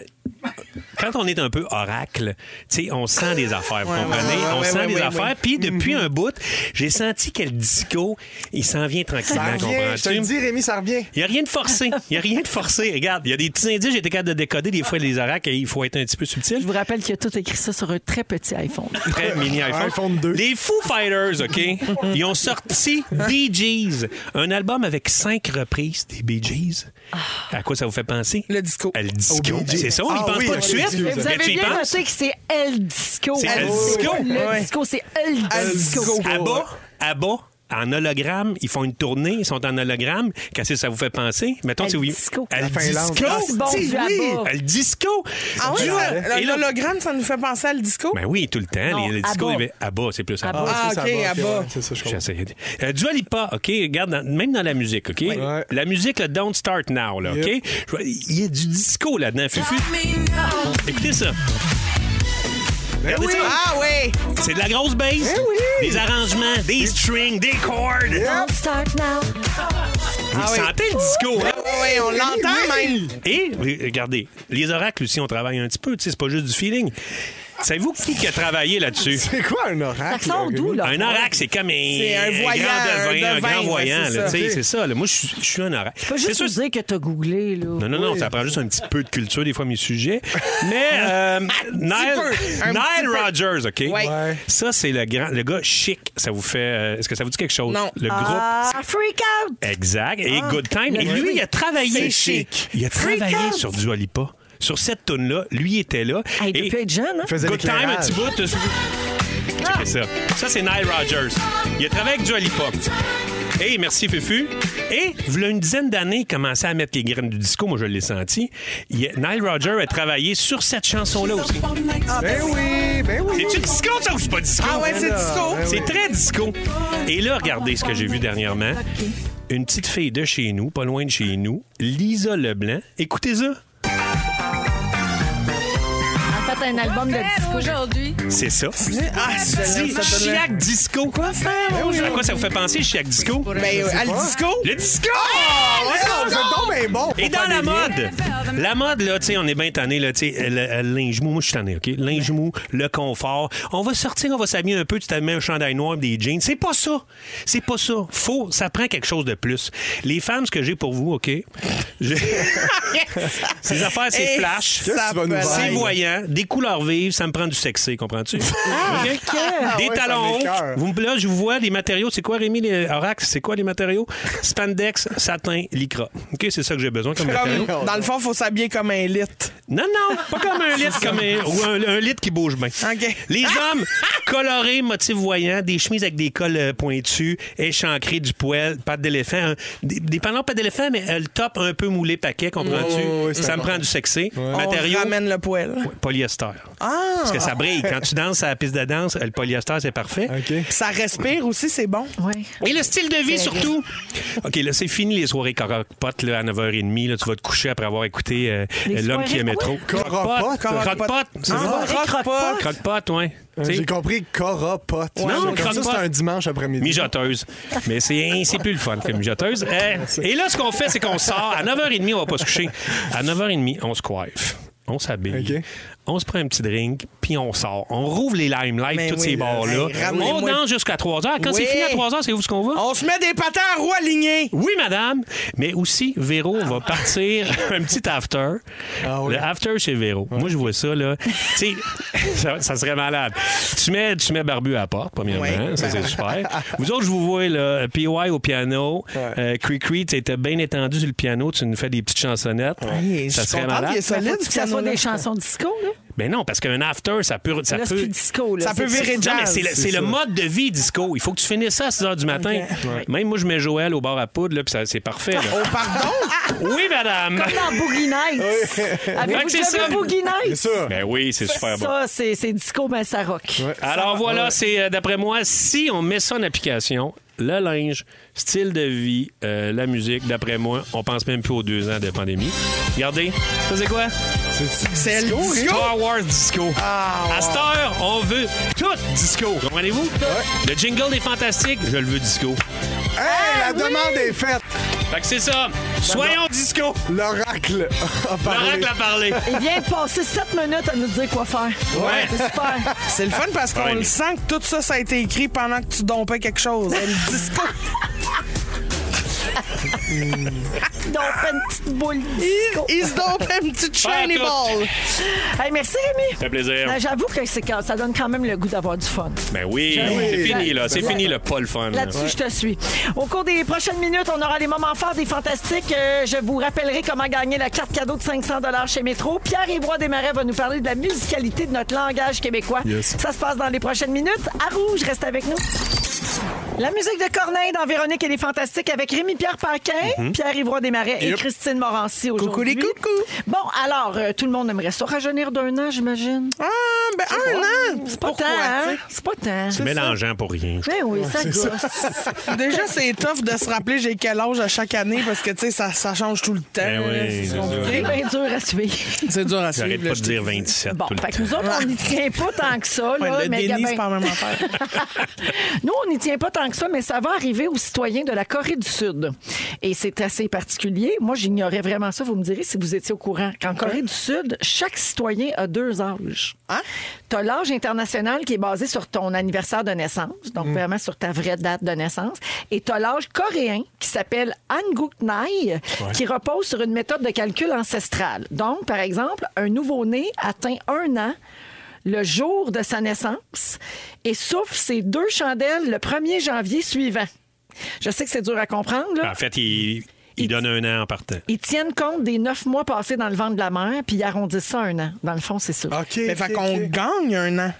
quand on est un peu oracle, tu sais, on sent des affaires, vous comprenez? ouais, on ouais, sent ouais, des ouais, affaires, ouais. Mhm. puis depuis un bout, j'ai senti que le disco, il s'en vient Ça tranquillement, revient, je te le comprends-tu? dis, Rémi, ça revient. Il n'y a rien de forcé. Il n'y a rien de forcé. Regarde, il y a des petits indices, j'étais capable de décoder des fois les oracles, il faut être un petit peu subtil. Je vous rappelle qu'il a tout écrit ça sur un très petit iPhone. Très mini iPhone. iPhone 2. Les Foo Fighters, OK? Ils ont sorti Bee Gees, un album avec cinq reprises des Bee Gees. À quoi ça vous fait penser? Le disco. Le disco. Bee Gees. C'est ça, on n'y Ah pense oui, pas tout de ok, suite. excusez. Vous mais avez tu y bien penses. noté que c'est El Disco. C'est El C'est Disco. pas Le Ouais. disco, c'est El El Disco. Ah, Disco. À bas, à bas, en hologramme, ils font une tournée, ils sont en hologramme. Qu'est-ce que ça vous fait penser? Mettons, El si oui. Disco. El La Finlande. Disco. Ah, c'est bon, Si, du à oui. bas. El Disco. Ah oui, Du- ça- Et là- l'hologramme, ça nous fait penser à le disco? Ben oui, tout le temps. Non, les, les à discos, bas. les- à bas, c'est plus à, À bas. bas. Ah, C'est ça, ok, à ok, bas. ouais, C'est ça, je comprends. J'essaie. de- Euh, Dua Lipa, OK? Regarde, dans- même dans la musique, OK? La musique, le Don't Start Now, là, OK? Yep. Je vois- Il y a du disco là-dedans, Fufu. Écoutez ça. Regardez ça. Ah oui! C'est de la grosse bass, des arrangements, des strings, des cordes. Don't start now. Vous oui. Ben sentez le disco, hein? Oui, Ah on l'entend même. Et re- regardez, les oracles aussi, on travaille un petit peu, tu sais, c'est pas juste du feeling. Savez-vous qui qui a travaillé là-dessus? C'est quoi un oracle? Ça sort Rémi? d'où, là? Un oracle, c'est comme un, C'est un grand voyant, un devin, un, devin, grand ouais, voyant. c'est là, ça. tu sais, C'est ça. là. Moi, je suis- je suis un oracle. C'est Pas juste sûr- nous dire que t'as googlé, là. Non, non, non, ça prend juste un petit peu de culture, des fois, mes sujets. Mais euh, Nile, peu, un Nile petit peu. Rodgers, OK? Ouais. Ouais. Ça, c'est le grand, le gars chic. Ça vous fait. euh, Est-ce que ça vous dit quelque chose? Non. Le Ah, groupe. freak out! Exact. Et Good Time. Et le lui, il a travaillé. C'est chic. Il a Freak travaillé out. sur Dua Lipa. Sur cette tune-là, lui il était là. Hey, Et depuis être jeune, hein? Faisait Good Time, un l'éclairage. petit bout. euh, Checkez ça. Ça, c'est Nile Rodgers. Il a travaillé avec Dua Lipa. Hey, merci Fufu. Et, il y a une dizaine d'années, il commençait à mettre les graines du disco. Moi, je l'ai senti. Il y a- Nile Rodgers a travaillé sur cette chanson-là aussi. Ben oui, ben oui. C'est-tu disco, ça, ou c'est pas disco? Ben Ah ouais, c'est disco. C'est très disco. Et là, regardez ce que j'ai vu dernièrement. Une petite fille de chez nous, pas loin de chez nous, Lisa Leblanc. Écoutez ça. En fait, un album de disco. C'est ça. Ah, je Dis- l'aime, cette tune-là. Chiac disco. Quoi faire? À quoi ça vous fait penser, Chiac disco? Ben, euh, à le disco? Le disco! Ouais, non, vous êtes donc bien bon. Et dans la mode, la mode, là, tu sais, on est bien tanné, là, tu sais, le, le linge mou, moi, je suis tanné, OK? Linge mou, le confort. On va sortir, on va s'habiller un peu, tu t'amènes un chandail noir, des jeans. C'est pas ça. C'est pas ça. Faux, ça prend quelque chose de plus. Les femmes, ce que j'ai pour vous, OK? J'ai- Ces affaires, c'est Et flash. ça Qu'est-ce que tu vas nous peut vendre? C'est l'être. voyant, des couleurs vives, ça me prend du sexy, comprends-tu? Ah, OK? Des Ah ouais, ça talons hauts. m'écoeure. Vous me- Là, je vous vois des matériaux. C'est quoi, Rémi, les Orax? C'est quoi les matériaux? Spandex, satin, lycra. OK, c'est ça que j'ai besoin comme matériaux. Comme, dans le fond, faut s'habiller comme un lit. Non, non, pas comme un litre, comme un, ou un, un litre qui bouge bien. OK. Les hommes, colorés, motifs voyants, des chemises avec des cols euh, pointus, échancrés du poêle, pattes d'éléphant, hein. des, des pantalons pattes d'éléphant, mais euh, le top un peu moulé paquet, comprends-tu? Ouais, ouais, ouais, Oh, c'est Ça me important. prend du sexy. On Matériaux, ramène le poêle. polyester, polyester. Ah! Parce que ça brille. Quand tu danses à la piste de danse, le polyester, c'est parfait. OK. Ça respire aussi, c'est bon. Et le style de vie surtout. OK, là, c'est fini les soirées coropotes là, à 9h30. Là, tu vas te coucher après avoir écouté euh, Les L'homme qui soirées aimait quoi? trop. Coropote? Croque-pote. c'est Ah, ça? croque-pot. Croque-pote, oui. Euh, J'ai compris coropote. Non, Comme ça, croque-pote. c'est un dimanche après-midi. Mijoteuse. Mais c'est c'est plus le fun que mijoteuse. Euh, et là, ce qu'on fait, c'est qu'on sort. À 9h30, on va pas se coucher. À 9h30, on se coiffe. On s'habille. OK. On se prend un petit drink, puis on sort. On rouvre les limelight, Mais tous Ben oui. ces bars-là. Hey, on ramenez-moi- danse jusqu'à 3h. Quand c'est Oui. fini à 3h, c'est où ce qu'on va? On se met des patins à roues alignées. Oui, madame, mais aussi Véro va partir un petit after. Ah oui. Le after chez Véro. Moi, je vois ça, là. tu sais, ça, ça serait malade. Tu mets, tu mets Barbu à la porte, premièrement. Oui. Ça, c'est super. Vous autres, je vous vois, là, PY au piano. Euh, Cricri, tu étais bien étendu sur le piano. Tu nous fais des petites chansonnettes. Hey, je Ça suis serait contente, malade. il est solide, Faut-tu ce que ça soit piano-là. des chansons disco, là? Mais non, parce qu'un after, ça peut. Ça Là, c'est peut... plus disco, là. Ça peut C'est- virer Non, mais c'est le, jazz, c'est le ça. mode de vie disco. Il faut que tu finisses ça à 6 h du matin. Même moi, je mets Joël au bar à poudre, là, puis ça- c'est parfait. là. Oh, pardon? Ah, Oui, madame! Comme dans Boogie Nights. Fait Avez-vous que c'est déjà ça. vu Boogie C'est Nights? ça. Ben oui, c'est super bon. Ça, c'est c'est disco, mais ça rock. Alors voilà, c'est euh, d'après moi, si on met ça en application, le linge, style de vie, euh, la musique, d'après moi, on pense même plus aux deux ans de pandémie. Regardez, ça c'est quoi? C'est le disco. Star Wars Disco. Ah, À cette heure, on veut tout disco. Comprenez-vous? Le jingle des fantastiques, je le veux disco. Hey, Ah, la demande est faite. Fait que c'est ça. Soyons disco. L'oracle a parlé. L'oracle a parlé. Il vient de passer 7 minutes à nous dire quoi faire. Ouais. C'est super. C'est le fun parce qu'on Ouais. le sent que tout ça, ça a été écrit pendant que tu dompais quelque chose. Le disco. Donc, une petite boule disco. Il se dompait une petite chaîne et Pas à ball. Hey, merci, Rémi. Ça fait plaisir. Ben, J'avoue que c'est quand- ça donne quand même le goût d'avoir du fun. Ben oui, c'est fini là. C'est fini le pas le fun. là. Là-dessus, je te suis. Au cours des prochaines minutes, on aura les moments forts des Fantastiques. Euh, je vous rappellerai comment gagner la carte cadeau de 500 chez Métro. Pierre Évroy Desmarais va nous parler de la musicalité de notre langage québécois. Ça se passe dans les prochaines minutes. À Rouge, reste avec nous. La musique de Corneille dans Véronique et les Fantastiques avec Rémi-Pierre Paquin, Pierre Évroy Desmarais et Christine Morancy aujourd'hui. Mm-hmm. les coucous. Bon, alors, euh, tout le monde aimerait ça rajeunir d'un an, j'imagine. Ah, ben un an. C'est pas Pourquoi, tant, hein? tu C'est pas tant. C'est mélangeant pour rien. Ben oui, ça gosse. sais? Déjà, c'est tough de se rappeler j'ai quel âge à chaque année parce que, tu sais, ça, ça change tout le temps. Ben oui, C'est c'est compliqué. C'est bien dur à suivre. C'est dur à suivre. J'arrête là, pas de je dire 27 Bon, tout le fait que temps. nous autres, on n'y tient pas tant que ça. Ouais, là, le mais déni, Gabin- c'est pas la même affaire. Nous, on n'y tient pas tant que ça, mais ça va arriver aux citoyens de la Corée du Sud. Et c'est assez particulier. Moi, j'ignorais vraiment ça. Vous me direz si vous étiez au courant. Qu'en Corée du Sud, chaque citoyen a deux âges. Hein? Tu as l'âge international qui est basé sur ton anniversaire de naissance, donc vraiment sur ta vraie date de naissance. Et tu as l'âge coréen qui s'appelle Hanguknae, qui repose sur une méthode de calcul ancestrale. Donc, par exemple, un nouveau-né atteint un an le jour de sa naissance et souffle ses deux chandelles le 1er janvier suivant. Je sais que c'est dur à comprendre. là. En fait, il, il donne un an en partant. Ils tiennent compte des neuf mois passés dans le ventre de la mère, puis ils arrondissent ça à un an. Dans le fond, c'est ça. OK. Mais OK, Ben, fait qu'on OK. gagne un an.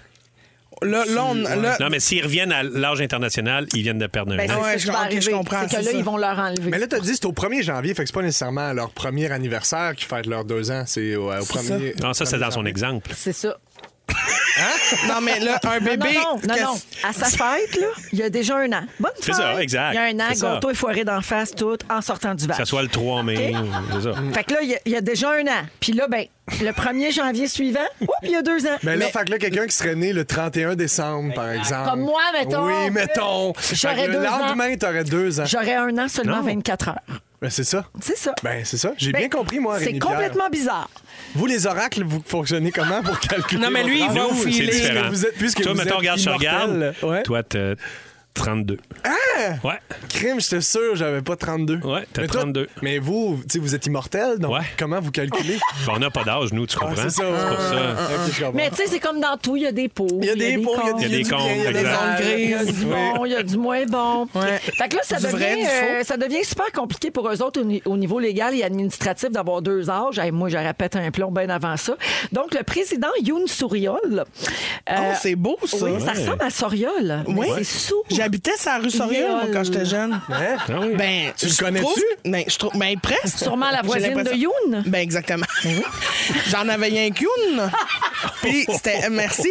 Là, là, on, là Non, mais s'ils reviennent à l'âge international, ils viennent de perdre un Ben, c'est an. ouais, ça qui je- va ok, arriver. je comprends, C'est que c'est là, ça. ils vont leur enlever. Mais là, t'as dit c'est au 1er janvier, fait que c'est pas nécessairement leur premier anniversaire qui fête leurs deux ans, c'est au, au premier. Non, Ah, ça, c'est dans son exemple. C'est ça. non, mais là, un Non, bébé. non, non, que- non, non. À sa fête, là, il y a déjà un an. Bonne fête. C'est ça, exact. Il y a un an, C'est ça. gâteau et foiré d'en face, tout, en sortant du Que bac. ça soit le 3 mai, Ok. c'est ça. Fait que là, il y a- il y, a déjà un an. Puis là, ben, le 1er janvier suivant, oups, il y a deux ans. Mais Ben là, Mais- Ben, fait que là, quelqu'un qui serait né le 31 décembre, par exemple. Comme moi, mettons. Oui, mettons. Fait que deux Le ans. lendemain, t'aurais deux ans. J'aurais un an seulement Non. 24 heures. Ben, c'est ça. C'est ça. Ben, c'est ça. J'ai Ben, bien compris, moi, C'est Rémi complètement bizarre. Pierre. Vous, les oracles, vous fonctionnez comment pour calculer? Non, mais lui, votre il va âge? au C'est filet. Puisque différent. Vous êtes, puisque Toi, vous mettons, êtes regarde, je immortel. euh, regarde. Ouais. Ah! Toi, t'as 32. Ouais. Crime, j'étais sûr, j'avais pas 32. Ouais, t'as Mais toi- 32. mais vous, tu sais, vous êtes immortel, donc Ouais. comment vous calculez? Ben, on n'a pas d'âge, nous, tu comprends? Ah, c'est ça. Ah, C'est pour ça. Ok, je comprends. Mais tu sais, c'est comme dans tout, il y a des pots. Il y a des pots, il y a cons. des, Il y a des du bien, cons, il y a des exact. mal. Il y a Gris. du bon, il y a du moins bon. Ouais. Fait que là, ça Du devient, vrai, du euh, ça devient super compliqué pour eux autres au, ni- au niveau légal et administratif d'avoir deux âges. Hey, moi, j'aurais pété un plomb bien avant ça. Donc, le président Yoon Souriol. euh, Ah, Oh, c'est beau, ça. oui, ça ressemble à Soriol. mais Oui. C'est sourd. J'habitais sur la rue Soriol. moi, quand j'étais jeune. Hein? Ah oui. Ben, Tu le je connais-tu? trouve- Ben, je trouve. Ben, presque. Sûrement la J'ai voisine l'impression- de Youn. Ah Ben, exactement. J'en avais rien qu'une. Puis, c'était. euh, Merci.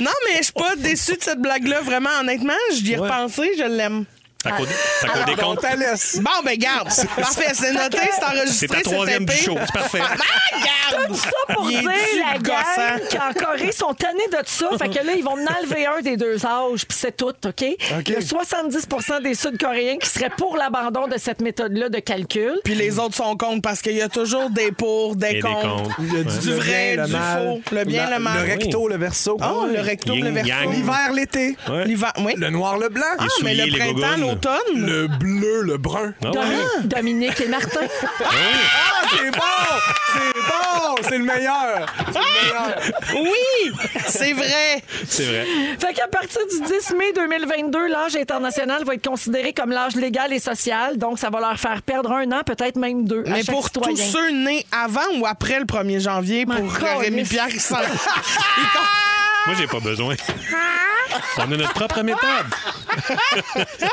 Non, mais je suis pas déçue de cette blague-là, vraiment, honnêtement. Je y ai Ouais. repensé, je l'aime. Fait qu'on fait qu'on Ah, On décompte. t'en laisse. Bon, ben, garde. Parfait, c'est noté, c'est enregistré. C'est ta troisième du tapé. show. C'est parfait. Ben, garde. Tout ça pour Il est dire la du gossant. gang qu'en Corée sont tannés de tout ça. Fait que là, ils vont en enlever un des deux âges, puis c'est tout, OK? Il y a 70 des Sud-Coréens qui seraient pour l'abandon de cette méthode-là de calcul. Puis les autres sont contre parce qu'il y a toujours des pour, des des contre. contre. Il y a Du Le vrai, bien, le du mal. faux. Le bien, La- le mal. Le recto, le verso. Ah Oh, le recto, le Yin, verso. yang. L'hiver, l'été. Ouais. L'hiver, oui. Le noir, le blanc. Les Ah, mais souliers, le les printemps, gogoons. l'automne. Le bleu, le brun. Ah ouais. Domi- Dominique et Martin. Ah, c'est bon! C'est bon! C'est le meilleur! C'est Ah! le meilleur! Oui, c'est vrai. C'est vrai. Fait qu'à partir du 10 mai 2022, l'âge international va être considéré comme l'âge légal et social. Donc, ça va leur faire perdre un an, peut-être même deux. à Mais chaque pour citoyen. tous ceux nés avant ou après le 1er janvier, Ma pour colisse. Rémi Pierre, il s'en- Moi, j'ai pas besoin. On a notre propre méthode. ça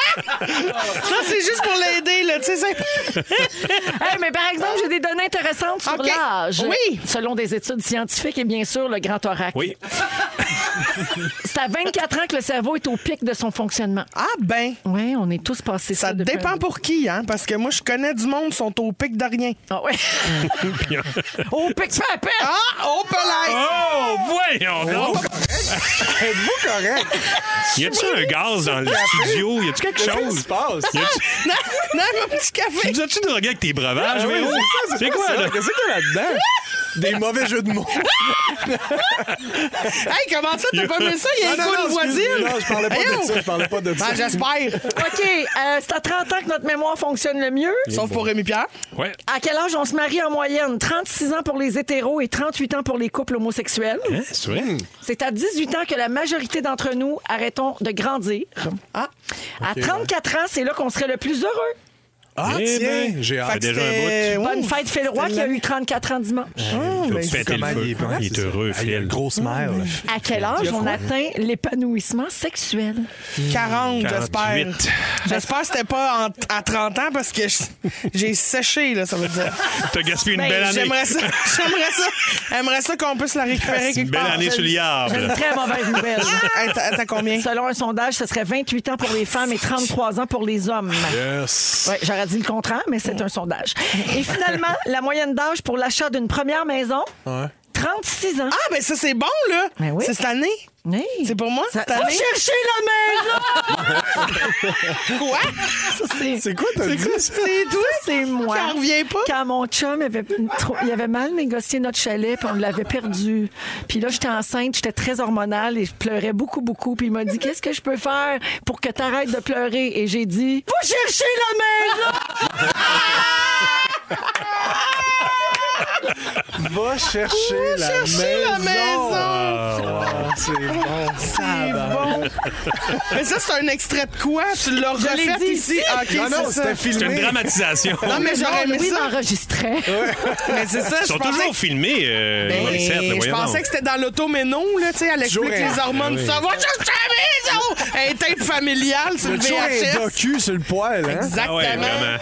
c'est juste pour l'aider là, tu sais. c'est- Hey, Eh, mais par exemple, j'ai des données intéressantes sur OK. l'âge. Oui. Selon des études scientifiques et bien sûr le grand thorax. Oui. C'est à 24 ans que le cerveau est au pic de son fonctionnement. Ah ben, Oui, on est tous passés ça. ça depuis un dépend bout. pour qui hein, parce que moi je connais du monde sont au pic de rien. Ah ouais. au pic papette. Ah, au palais. Oh, voyons donc! Êtes-vous correct? Y a-tu un gaz dans le studio? Y a-tu quelque Qu'est-ce qui chose? se passe? Y a-tu- Non, non, mon petit Tu café. nous as-tu drogué avec tes breuvages, Véro? C'est quoi, Ah, ça? là? Qu'est-ce qu'il y a là-dedans? Des mauvais jeux de mots. Hey, comment ça t'as pas vu ça Il y a Ah, une non, cool non, excuse-moi. voisine. Non, je parlais Eh pas oh! de Voyons. ça. Je parlais pas de ça. Ben, j'espère. OK, euh, c'est à 30 ans que notre mémoire fonctionne le mieux. Sauf pour Rémi Pierre. Ouais. À quel âge on se marie en moyenne? 36 ans pour les hétéros et 38 ans pour les couples homosexuels. Hein, c'est vrai? C'est à 18 ans que la majorité d'entre nous arrêtons de grandir. Ah. à 34 ans, c'est là qu'on serait le plus heureux. Ah, Eh tiens! ben, J'ai hâte. fait déjà un bout. Bonne fête, Phil Roy, qui a eu 34 ans dimanche. Tu vas te péter le feu. Il est heureux, Ah, Il a une Phil. Ah, grosse mère, là. À quel âge on atteint l'épanouissement sexuel? 40, j'espère. 48. J'espère que c'était pas en- à 30 ans parce que je- j'ai séché, là, ça veut dire. T'as gaspillé une Ben, belle année. J'aimerais ça, j'aimerais ça, j'aimerais ça qu'on puisse la récupérer Une quelque belle part. Ah! année sur J'ai une liable. très mauvaise nouvelle. Hey, t'as t'as combien? Selon un sondage, ce serait 28 ans pour les femmes et 33 ans pour les hommes. Yes! Ouais, J'aurais dit le contraire, mais c'est un sondage. Et finalement, la moyenne d'âge pour l'achat d'une première maison, 36 ans. Ah, ben ça, c'est bon, là. Ben oui. C'est cette année. Hey. C'est pour moi, Ça- cette année. chercher la maison! Quoi? Ah! Ça, c'est- C'est quoi, t'as dit? C'est toi, c'est moi. J'en reviens pas. Quand mon chum avait, une trop- il avait mal négocié notre chalet, puis on l'avait perdu. Puis là, j'étais enceinte, j'étais très hormonale et je pleurais beaucoup, beaucoup. Puis il m'a dit Qu'est-ce que je peux faire pour que t'arrêtes de pleurer Et j'ai dit Vous cherchez la maison Va chercher la Chercher la maison. Ah, C'est bon. C'est bon. Mais ça, c'est un extrait de quoi? Tu l'as refait dit ici? Ah, OK, Non, non, c'est c'était ça. C'est une filmé. dramatisation. Non, mais j'aurais aimé Ah, Oui, ça. m'enregistrait. Mais c'est ça, Ils je sont pensais toujours filmés, euh, les Ben, Morissette, là, je voyons pensais donc. que c'était dans l'auto, mais non, là, tu sais, elle explique Toujours les un- hormones, ça va chercher la maison! Elle est teinte familiale sur le T'as toujours un VHS. docu sur le poil, hein? Ah ouais, Exactement. vraiment.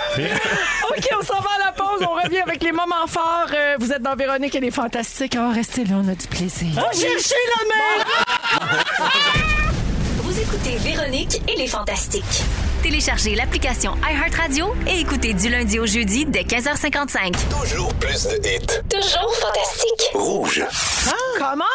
OK, on s'en va à la pause. On revient avec les moments forts. Euh, vous êtes dans Véronique, elle est fantastique. Oh, restez là, on a du plaisir. Ah, Cherchez la mer! Vous écoutez Véronique et les Fantastiques. Téléchargez l'application iHeartRadio et écoutez du lundi au jeudi dès 15h55. Toujours plus de hits. Toujours fantastique. Rouge. ah! Comment?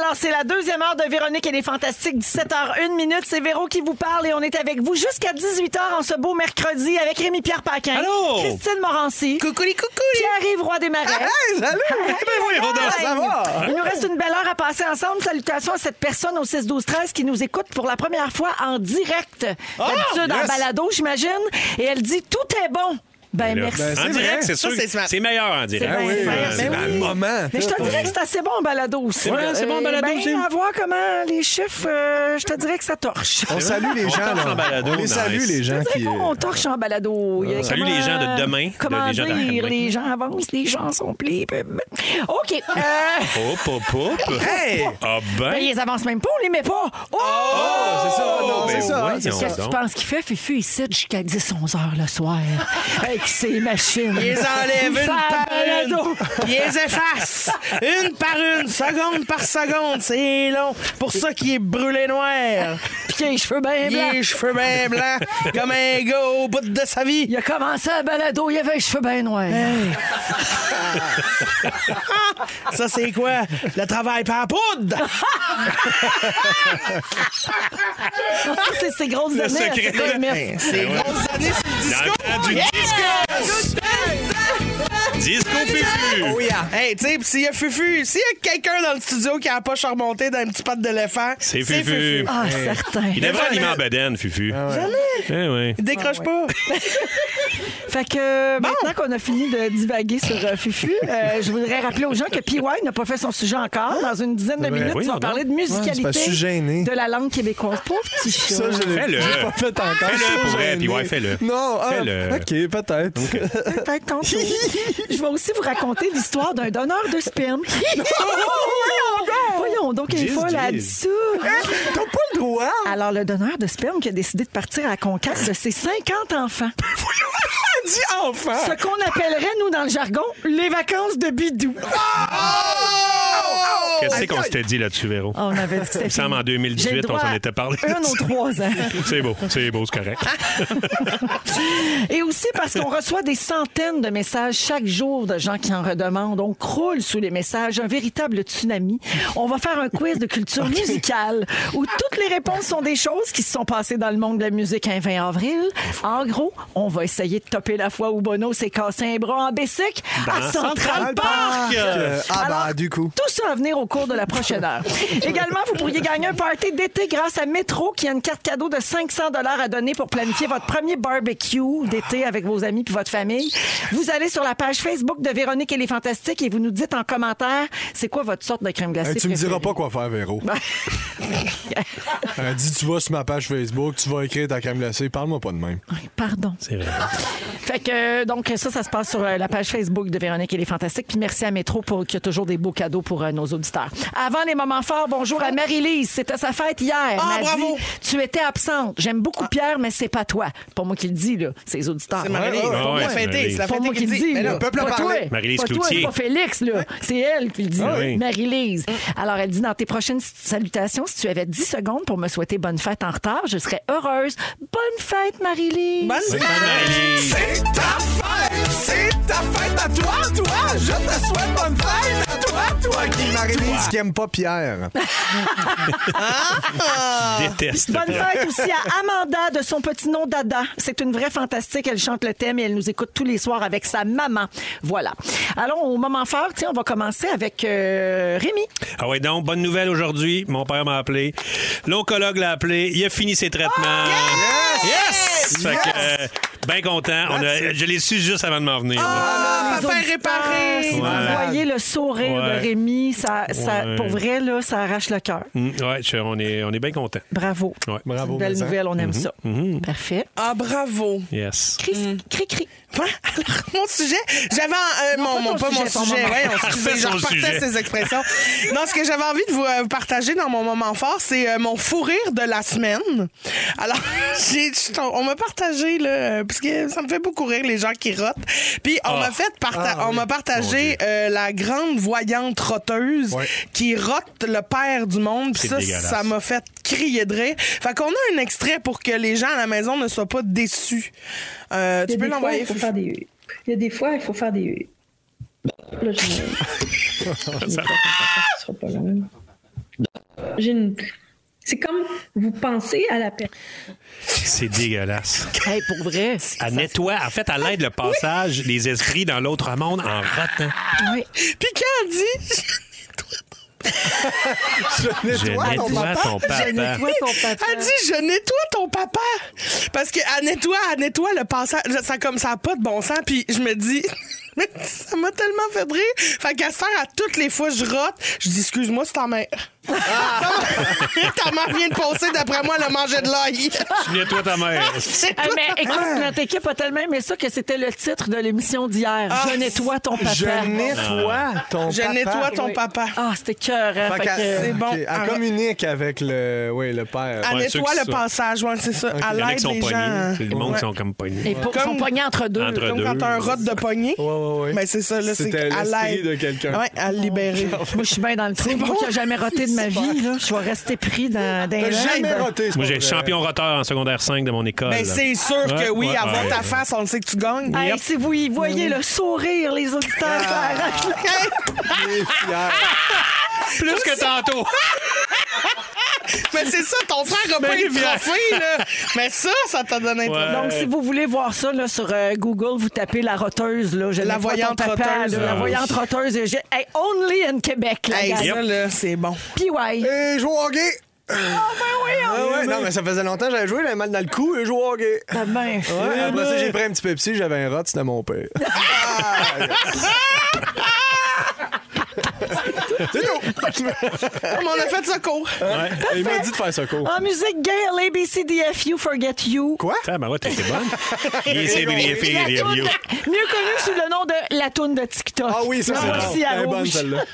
Alors, c'est la deuxième heure de Véronique et les Fantastiques, 17h01 minute. C'est Véro qui vous parle et on est avec vous jusqu'à 18h en ce beau mercredi avec Rémi-Pierre Paquin, Allô? Christine Morancy, Coucou Ah, les coucou Pierre-Yves Roy des Marais. Hey, salut! Eh ben oui, on Ah, danse. Ça Ah. va? Il nous reste une belle heure à passer ensemble. Salutations à cette personne au 6 12 13 qui nous écoute pour la première fois en direct. Ah, D'habitude en yes. balado, j'imagine, et elle dit tout est bon. Ben Là, merci. Ben, en c'est direct, vrai. c'est sûr. Ça, c'est smart. C'est meilleur en direct. Ah Ben, oui, ben, euh, c'est ben dans oui. le moment. Mais je te dirais que c'est assez bon en balado aussi. C'est vrai, c'est bon en balado ben, aussi. À voir comment les chiffres, euh, je te dirais que ça torche. Ah, On salue les On gens. torche là. en balado, On les salue, nice. les gens Je dirais qui... euh, qu'on torche en balado. Il y a Ah. Salut les gens de demain, de- Comment des gens dire, d'après-demain. les gens avancent, les gens sont pliés. OK. euh, Hop, hop, hop. Hey! Ah ben, ben. ils avancent même pas, on les met pas. Oh! Ah, C'est ça, non, ben, c'est ça. hein. voyons Qu'est-ce que tu donc. penses qu'il fait, Fufu? Il cite jusqu'à 10-11 heures le soir avec ses machines. Ils enlèvent une Femme par à une. l'ado. Ils les effacent. Une par une, seconde par seconde. C'est long. Pour ça qu'il est brûlé noir. Puis il a les cheveux Eh bien Il a blancs. les cheveux bien blancs, comme un gars au bout de sa vie. Il a commencé à balado, il avait les cheveux bien noirs. Ça, c'est quoi? Le travail par poudre! Ça, c'est ses grosses années. secret. c'est des mythes. Hey, C'est grosses années sur le Dans disco! le temps du disco fufu. Oh ah. Hey, tu sais, pis s'il y a Fufu, s'il y a quelqu'un dans le studio qui a la poche remontée d'un petit patte d'éléphant, C'est fufu. Ah, certain. Il devrait aller en bedaine, fufu. Eh Jamais. oui. Il décroche pas. Fait que euh, maintenant qu'on a fini de divaguer sur euh, Fufu, euh, je voudrais rappeler aux gens que PY n'a pas fait son sujet encore. Dans une dizaine de vrai. minutes, Oui, on va non, parler de Ouais, c'est musicalité parce que je suis gêné. de la langue québécoise. Pauvre petit chat. Ça, je l'ai Fais-le. j'ai pas fait encore. Fais-le Je suis pour vrai, gêné. puis ouais, fais-le. Non, ah, Fais-le. OK, peut-être. Peut-être tantôt. Je vais aussi vous raconter l'histoire d'un donneur de sperme. Voyons donc! Voyons donc, il est Jeez, folle jeez. là-dessous. T'as pas le droit. Alors, le donneur de sperme qui a décidé de partir à la conquête de ses 50 enfants. Dis enfin. Ce qu'on appellerait, nous, dans le jargon, les vacances de bidou. Oh! Qu'est-ce qu'on s'était dit là-dessus, Véro? Ah, on avait dit que c'était Il me semble fini. en 2018, J'ai le droit on s'en à était parlé. Un ou trois ans. C'est beau, c'est beau, c'est correct. Et aussi parce qu'on reçoit des centaines de messages chaque jour de gens qui en redemandent. On croule sous les messages, un véritable tsunami. On va faire un quiz de culture musicale où toutes les réponses sont des choses qui se sont passées dans le monde de la musique un 20 avril. En gros, on va essayer de topper la fois où Bono s'est cassé un bras en bicycle à Central Park. Euh, ah bah, Alors, du coup. Tout ça à venir au cours de la prochaine heure. Également, vous pourriez gagner un party d'été grâce à Metro qui a une carte cadeau de 500 dollars à donner pour planifier votre premier barbecue d'été avec vos amis puis votre famille. Vous allez sur la page Facebook de Véronique et les Fantastiques et vous nous dites en commentaire c'est Bah. quoi votre sorte de crème glacée. Hey, Euh, tu me diras pas préférée. quoi faire, Véro. Elle dit tu vas sur ma page Facebook, tu vas écrire ta crème glacée. Parle-moi pas de même. Pardon. C'est vrai. Fait que euh, donc ça, ça se passe sur euh, la page Facebook de Véronique et les Fantastiques. Puis merci à Métro pour qui a toujours des beaux cadeaux pour euh, nos auditeurs. Avant les moments forts, bonjour à Marie-Lise. C'était sa fête hier. Ah, Elle m'a bravo. dit, tu étais absente. J'aime beaucoup Pierre, mais c'est pas toi. Pas moi qui le dis, là. C'est les auditeurs. C'est Marie-Lise. ouais, Pour ouais, moi, c'est Marie-Lise. fêté, C'est la Pas fête moi qui le dis. Mais là, là. peuple a Pas parlé. toi. Marie-Lise Pas toi, Cloutier. C'est pas Félix, là. C'est elle qui le dit. Ah oui. Marie-Lise. Alors, elle dit dans tes prochaines salutations, si tu avais 10 secondes pour me souhaiter bonne fête en retard, je serais heureuse. Bonne fête, Marie-Lise. bonne C'est fête. Marie-Lise. C'est ta fête, c'est ta fête à toi, toi. Je te souhaite bonne fête à toi, toi qui Marie-Lise qui aime pas Ah, Pierre. Déteste. Bonne fête aussi à Amanda de son petit nom Dada. C'est une vraie fantastique. Elle chante le thème et elle nous écoute tous les soirs avec sa maman. Voilà. Allons au moment fort. Tiens, on va commencer avec euh, Rémi. Ah ouais, donc, bonne nouvelle aujourd'hui. Mon père m'a appelé. L'oncologue l'a appelé. Il a fini ses traitements. yes! Yes! Fait que, euh, ben content. On a- je l'ai su juste avant de m'en venir. là. Ah, Les papa auditeurs, réparé. Si vous Ouais. voyez le sourire Ouais. de Rémi, ça, ça- Ouais. pour vrai, là, ça arrache le cœur. Mm, ouais, je- on est, on est bien content. Bravo. Ouais. Mm-hmm. C'est Bravo, une belle Vincent. nouvelle, on aime ça. Parfait. Ah, bravo. Yes. Cri, cri, cri. Bon, alors, mon sujet, j'avais. euh, Non, mon, mon- pas pas ton mon sujet, ton sujet, moment. ouais, on excusez, Refais je son repartais sujet. ces expressions. Non, ce que j'avais envie de vous, euh, vous partager dans mon moment fort, c'est euh, mon fou rire de la semaine. Alors, j'ai, je suis- on m'a partagé, là, euh, parce que ça me fait beaucoup rire, les gens qui rotent. Puis, on Ah. m'a fait parta- on m'a partagé euh, la grande voyante roteuse Ouais. qui rote le père du monde. Puis C'est ça, dégueulasse. ça m'a fait crier de rire. Fait qu'on a un extrait pour que les gens à la maison ne soient pas déçus. Euh, tu peux l'envoyer, Fufu? des. Il y a des fois, il faut faire des. Là, j'ai Ce sera pas long. J'ai une- C'est comme vous pensez à la personne. C'est dégueulasse. Hey, pour vrai. Elle nettoie. En fait, elle aide le passage des esprits dans l'autre monde en hein. rotant. Oui. Puis quand elle dit, Je Je nettoie ton nettoie papa. ton papa. Nettoie ton papa. elle dit, je nettoie ton papa. Parce qu'elle nettoie, elle nettoie le passage. Ça comme ça a pas de bon sens. Puis je me dis, mais ça m'a tellement fait rire. Fait qu'à ce faire, à toutes les fois, je rote. Je dis, excuse-moi, c'est ta mère. Ta mère vient de passer, d'après moi, elle a mangé de l'ail. Souviens-toi ta mère. Ah, mais écoute, notre équipe a tellement aimé ça que c'était le titre de l'émission d'hier. Ah, je nettoie ton papa. Je nettoie ton Je papa. nettoie ton papa. Ah, c'était cœur. hein, Fait fait qu'elle- que- c'est bon. ok, Elle Ah. communique avec le, oui, le père. Elle Ouais, nettoie ceux qui le sont- passage, ouais, c'est ça. Il Elle y en a aide qui sont les pognés. gens. C'est le monde Ouais. qui sont comme pognés. Et pour, Comme- sont pognés entre deux. Entre Comme quand deux. t'as un rot de pognée, Ouais, ouais, ouais. ben c'est ça, là, c'est C'était à l'esprit l'aide. de quelqu'un. Ouais, à le libérer. Ah, Moi, je suis bien dans le trou. Moi qui a jamais roté de ma vie, là. je vais rester pris dans, dans T'as les jamais lives. roté, c'est Moi, pas j'ai vrai. champion roteur en secondaire 5 de mon école. Ben c'est sûr que Ouais, oui, ouais, avoir ouais, ta ouais. face, on le sait que tu gagnes. Hey, si vous y Mm. voyez le sourire, les auditeurs, ça Ah. arrache la- Il est fier. plus que tantôt. Mais Ben, c'est ça, ton frère a pas eu de Rivière. trophée, là. Mais ça, ça t'a donné Ouais. un trophée. Donc, si vous voulez voir ça là, sur euh, Google, vous tapez la roteuse. Là, Je La n'ai pas ton voyante papa, roteuse. là, la Ah. voyante roteuse. Et j'ai- Hey, only in Québec, la Hey, gang. ça, là, c'est bon. Puis ouais. Et jouer au hockey. Ah ouais, non, mais ça faisait longtemps que j'avais joué, j'avais mal dans le cou et joué au hockey. Ta main. Ouais, après ça, j'ai pris un petit Pepsi, j'avais un rot, c'était mon père. Ah, yes. C'est tout. Ah. Comme on a fait ça court. Il m'a dit de faire secours. En musique, Gail, ABCDFU, Forget You. Quoi? Ah, ben ouais, t'es t'es bonne. Il est c'est bien fait, La il est toune- vieux. mieux connue sous le nom de la toune de TikTok. Ah oui, ça, La c'est voici bon. ben, à Elle est bonne, rouge. celle-là.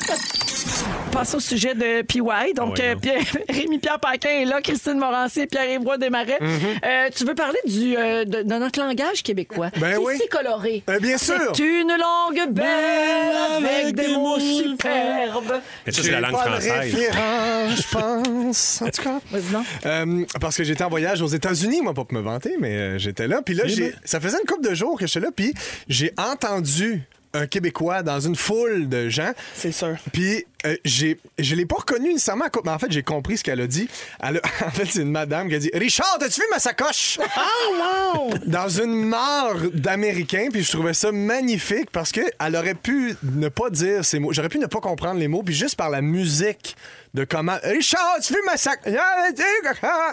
Passe au sujet de PY. Donc, Ah ouais, euh, non. Pierre- Rémi-Pierre Paquin est là, Christine Morancier, Pierre-Évoix Desmarais. Mm-hmm. Euh, tu veux parler du, euh, de, de notre langage québécois? Ben qui oui. s'est coloré. Ben, bien sûr. C'est une langue belle avec des mots superbes. Mais ça, c'est la langue française. je pense. En tout cas. Vas-y donc. Euh, parce que j'étais en voyage aux États-Unis, moi, pas pour me vanter, mais euh, j'étais là. Puis là, j'ai- mais- ça faisait une couple de jours que j'étais là, puis j'ai entendu un Québécois dans une foule de gens. C'est sûr. Puis euh, j'ai, je l'ai pas reconnu nécessairement, à cause- mais en fait, j'ai compris ce qu'elle a dit. Elle a- en fait, c'est une madame qui a dit Richard, as-tu vu ma sacoche Wow! Dans une mare d'Américains, puis je trouvais ça magnifique parce qu'elle aurait pu ne pas dire ces mots. J'aurais pu ne pas comprendre les mots, puis juste par la musique de comment. Richard, as-tu vu ma Ah, sacoche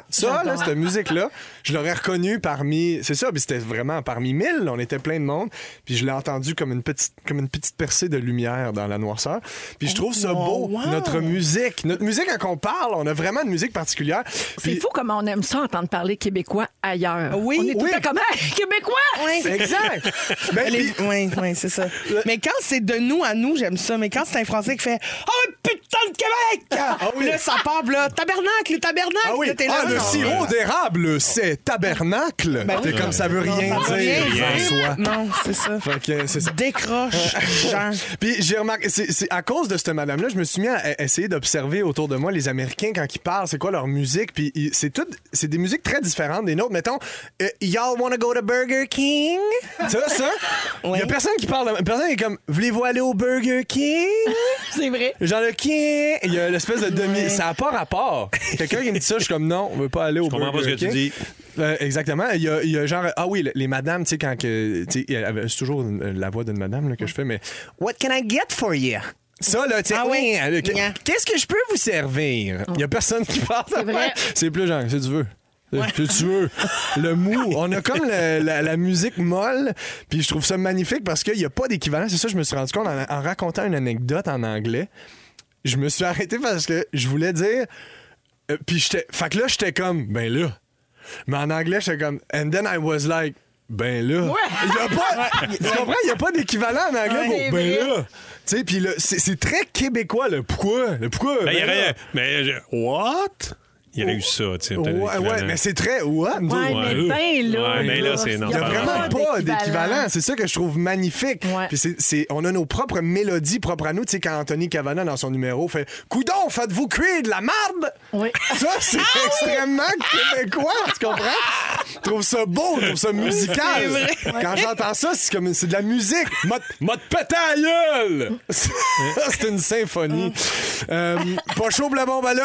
Ça, là, cette musique-là, je l'aurais reconnue parmi. C'est ça, puis c'était vraiment parmi mille. là, On était plein de monde, puis je l'ai entendu comme une petite, comme une petite percée de lumière dans la noirceur. Puis je trouve ça Oh, beau, wow. notre musique. Notre musique, quand on parle, on a vraiment une musique particulière. C'est Puis- fou comment on aime ça entendre parler québécois ailleurs. Oui, on est tout oui. le temps comme Hey, québécois. Exact. Ben, Les- puis- Oui, oui, c'est ça. Mais quand c'est de nous à nous, j'aime ça. Mais quand c'est un Français qui fait Ah ouais, putain de Québec! Ah oui. Là, ça part, là, tabernacle, le tabernacle! Ah oui, Là, t'es là, ah, le non. sirop d'érable, c'est tabernacle. Ben c'est oui. comme ça veut Non, rien ça veut dire, rien François. dire. Non, c'est ça. Fait que, c'est ça. Décroche, Jean. Puis j'ai remarqué, c'est c'est à cause de cette madame-là, je me suis mis à à essayer d'observer autour de moi les Américains quand ils parlent, c'est quoi leur musique. Puis ils- c'est tout, c'est des musiques très différentes des nôtres. Mettons, euh, y'all wanna go to Burger King? Ça, ça. Il y a Ouais. personne qui parle, de- personne qui est comme, voulez-vous aller au Burger King? C'est vrai. Genre le King, il y a l'espèce de demi. Ça n'a pas rapport. Quelqu'un qui me dit ça, je suis comme non, on veut pas aller au Je comprends pas Burger ce que tu King. dis. Euh, exactement. Il y, a, il y a genre, ah oui, les madames, tu sais, quand que. tu sais, il y a- C'est toujours euh, la voix d'une madame là, que je fais, mais What can I get for you? Ça, là, tu sais, Ah oui. oui, le- Yeah. Oh. qu'est-ce que je peux vous servir? Il y a personne qui parle. C'est vrai. C'est plus genre, si tu veux. Si tu veux. Le mou. On a comme le- la, la musique molle, puis je trouve ça magnifique parce qu'il n'y a pas d'équivalent. C'est ça, je me suis rendu compte en- en racontant une anecdote en anglais je me suis arrêté parce que je voulais dire. euh, puis j'étais. Fait que là, j'étais comme, ben là. Mais en anglais, j'étais comme, and then I was like, ben là. Il y a pas. tu comprends? Il n'y a pas d'équivalent en anglais Ouais. pour ben C'est vrai. là. Tu sais, puis là, c'est c'est très québécois, le pourquoi. Le pourquoi. Ben, il y ben là. aurait. Mais. je- What? Il y aurait eu ça, tu sais. peut-être Ouais, ouais, l'équivalent. mais c'est très. What? Ouais, Ouais. mais ben là. Ouais, mais là, c'est- non, Il n'y a Ah, vraiment pas d'équivalent. C'est ça que je trouve magnifique. Ouais. Puis c'est, c'est- on a nos propres mélodies propres à nous. Tu sais, quand Anthony Cavana, dans son numéro, fait Coudon, faites-vous cuire de la marde! Oui. Ça, Ah c'est extrêmement québécois, tu comprends? Je trouve ça beau, je trouve ça musical. Quand j'entends ça, c'est comme c'est de la musique. Mode, mode pété à gueule! c'est une symphonie. Euh, pas chaud pour la bombe à l'eau?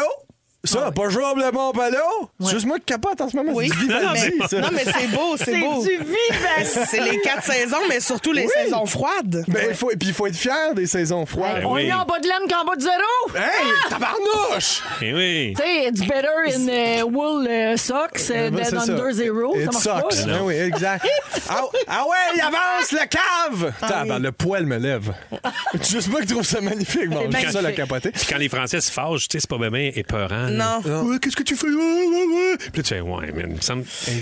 Ça, pas jouable le bon panneau. C'est juste moi qui capote en ce moment. Oui. C'est du Vivaldi, mais, ça. non, mais c'est beau, c'est C'est beau. du vivace. C'est les quatre saisons, mais surtout les Oui. saisons froides. Ben, faut, et puis il faut être fier des saisons froides. Ben On oui. est en bas de laine qu'en bas de zéro. Hey, tabarnouche! Eh oui. Tu sais, it's better in euh, wool euh, socks euh, Ben, than c'est ça. under zero. It ça marche pas. sucks. là. Ben oui, exact. ah, ah ouais, il avance, le cave! Ah Tabarn, le poil me lève. Juste moi qui trouve ça magnifique. Bon, je suis magnifique. Ah. seul à capoter. Ah Puis quand les Français se fâchent, tu sais, c'est pas bien, bien épeurant. là. Non. Ouais, Qu'est-ce que tu fais? Ouais, ouais, ouais. Puis là, tu fais, ouais, man, il me semble, il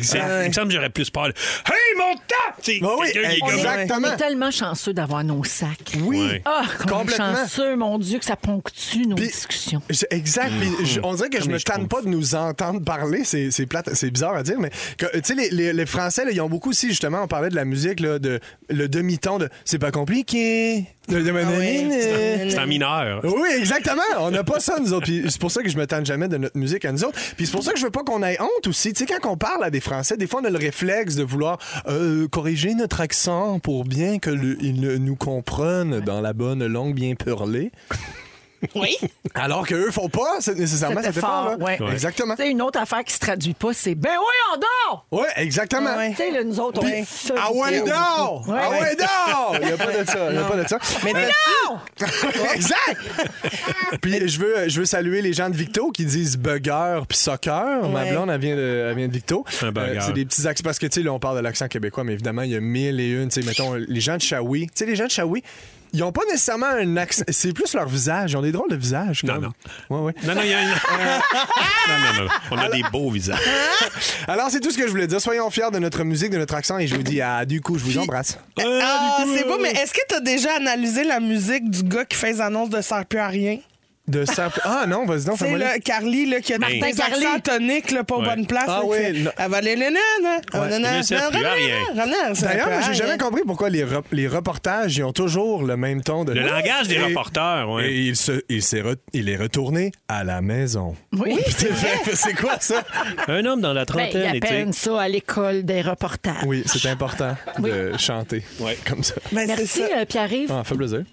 me semble que j'aurais plus peur. de, Hey, mon tap! Tu sais, Ben oui, quelqu'un qui est comme- On exactement. est tellement chanceux d'avoir nos sacs. Oui. Ouais. Ah, qu'on est Complètement. chanceux, mon Dieu, que ça ponctue nos Puis- discussions. Je- Exact. Puis je- on dirait que je Comme me les tanne pas de nous entendre parler. C'est c'est plate- c'est bizarre à dire, mais que, tu sais, les, les- les Français, là, ils ont beaucoup aussi, justement, on parlait de la musique, là, de le demi-ton de c'est pas compliqué. Ah De, de- oui. C'est en mineur. Oui, exactement. On n'a pas ça, nous autres. Puis c'est pour ça que je me tente jamais de notre musique à nous autres. Puis c'est pour ça que je veux pas qu'on ait honte aussi. Tu sais, quand on parle à des Français, des fois, on a le réflexe de vouloir euh, corriger notre accent pour bien qu'ils nous comprennent dans la bonne langue bien purlée. Oui. Alors qu'eux font pas c'est nécessairement cet Cet effort. effort, là. ouais. Ouais. Exactement. Tu sais, une autre affaire qui se traduit pas, c'est Ben oui, on dort! Ouais, exactement. Ouais. Tu sais, là, nous autres, on Puis, fait- ah ouais, non! Ouais. Ah ouais, non! Il n'y a pas de ça. Il a pas de ça. Mais Non! exact! puis je veux, je veux saluer les gens de Victo qui disent bugger puis soccer. Ma Ouais. blonde, elle vient de, elle vient de Victo. Euh, Un bugger. c'est des petits accents. Parce que, tu sais, là, on parle de l'accent québécois, mais évidemment, il y a mille et une. Tu sais, mettons, les gens de Shawi. Tu sais, les gens de Shawi. Ils ont pas nécessairement un accent. C'est plus leur visage. Ils ont des drôles de visage. quand Non, même. Ouais, ouais. Non, non, il y a. non, non, non. On a des beaux visages. Alors, c'est tout ce que je voulais dire. Soyons fiers de notre musique, de notre accent, et je vous dis à du coup, je vous embrasse. Ah, c'est beau, mais est-ce que t'as déjà analysé la musique du gars qui fait les annonces de Ça sert plus à rien? De simple. Ah non, vas-y donc, Tu sais, fais-moi là, Carly, là, qui a Martin des Carly. accents toniques, là, pas aux Ouais. bonnes places. Ah là, qui oui, fait, non. Elle va aller, nanana, nanana, Ne sert plus à rien. nanana, ça sert plus D'ailleurs, à j'ai rien. jamais compris pourquoi les, rep- les reportages, ils ont toujours le même ton de. Le langage des Et- reporters, Et oui. il, se, il, s'est re- il est retourné à la maison. Oui. Putain, c'est quoi ça? Un homme dans la Ben, ils trentaine, était appellent ça à l'école des reportages. Oui, c'est important de chanter comme ça. Ben, c'est Merci, ça. euh, Pierre-Yves. Ah, fait plaisir.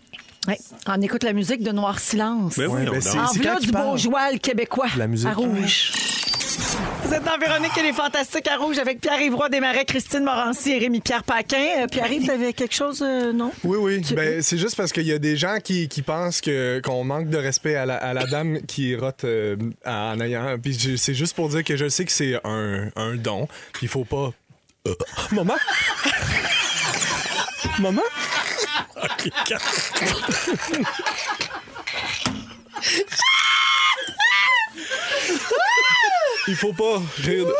Ouais. On écoute la musique de Noir Silence. Ben oui, Ouais, non, ben, non. c'est- En quand v'là qu'il du parle. bourgeois, le québécois. La musique. À rouge. Vous êtes dans Véronique et les Fantastiques à rouge avec Pierre-Yves Roy Desmarais, Christine Morancy et Rémi-Pierre Paquin. Euh, Pierre-Yves, t'avais quelque chose, euh, non? Oui, oui. Tu- Ben, c'est juste parce qu'il y a des gens qui, qui pensent que, qu'on manque de respect à la, à la dame qui rote euh, à- en ayant. Puis je- c'est juste pour dire que je sais que c'est un, un don. Puis il faut pas. Euh, maman! maman! il faut pas rire de-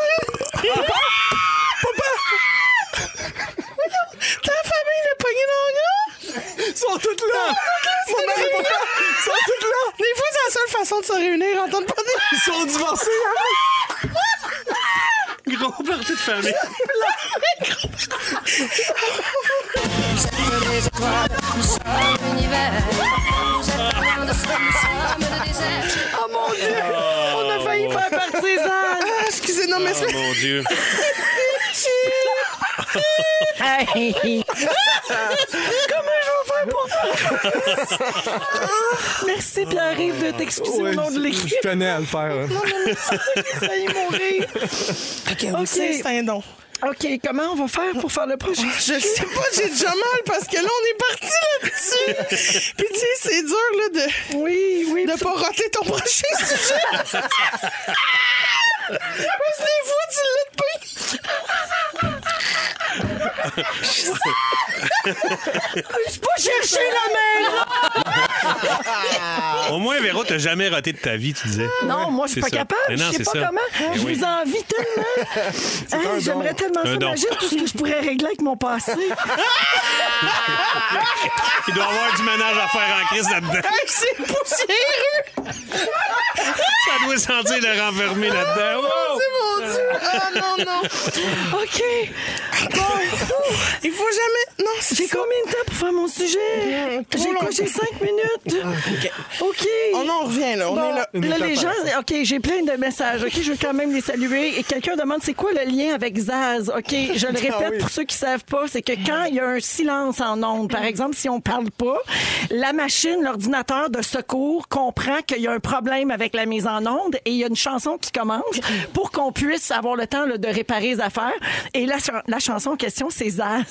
Ta famille l'a pogné dans Ils sont toutes là! Mon mari et mon père, Ils sont toutes là! le gars. Des fois, c'est la seule façon de se réunir, entendre pas des... Ils sont divorcés! hein? Gros parti de famille. Oh mon Dieu! Ah, On a failli faire partisan! Ah, excusez, non, mais Oh c'est... mon Dieu. Hey! Comment je vais faire pour ça? Merci Pierre-Yves de t'excuser Ouais, au nom de je l'équipe. je tenais à le faire. hein. Ça y est, mourir. OK, c'est un don. OK, comment on va faire pour faire le projet? Je sais pas, j'ai déjà mal parce que là, on est parti là-dessus. Puis tu sais, c'est dur là, de Oui, oui. de pas rater ton prochain sujet. parce que des fois, tu l'as depuis. Je pas chercher la main! Au moins, Véro, t'as jamais raté de ta vie, tu disais. Non, moi, je suis c'est pas ça. capable. Mais non, je sais c'est pas ça. comment. Mais Je oui. vous envie tellement. Hein, un don. J'aimerais tellement ça. Un don. Imagine tout ce que je pourrais régler avec mon passé. Il doit y avoir du ménage à faire en crise là-dedans. Hey, c'est poussiéreux. Ça doit sentir le renfermé là-dedans. Oh, Wow! Oh. Mon Dieu. non, non. OK. Bon, ouh, Il faut jamais. Non, c'est j'ai ça. combien de temps pour faire mon sujet? trop J'ai long. quoi? J'ai cinq minutes. OK. OK. Oh On en revient, là. On Bon, est là. étape les à gens, OK, j'ai plein de messages. OK, je veux quand même les saluer. Et quelqu'un demande c'est quoi le lien avec Zaz? OK, je Ah le répète oui. pour ceux qui savent pas, c'est que quand il y a un silence en ondes, par exemple, si on parle pas, la machine, l'ordinateur de secours comprend qu'il y a un problème avec la mise en onde et il y a une chanson qui commence pour qu'on puisse avoir le temps là, de réparer les affaires. Et la, chan- la chanson en question, c'est Zaz.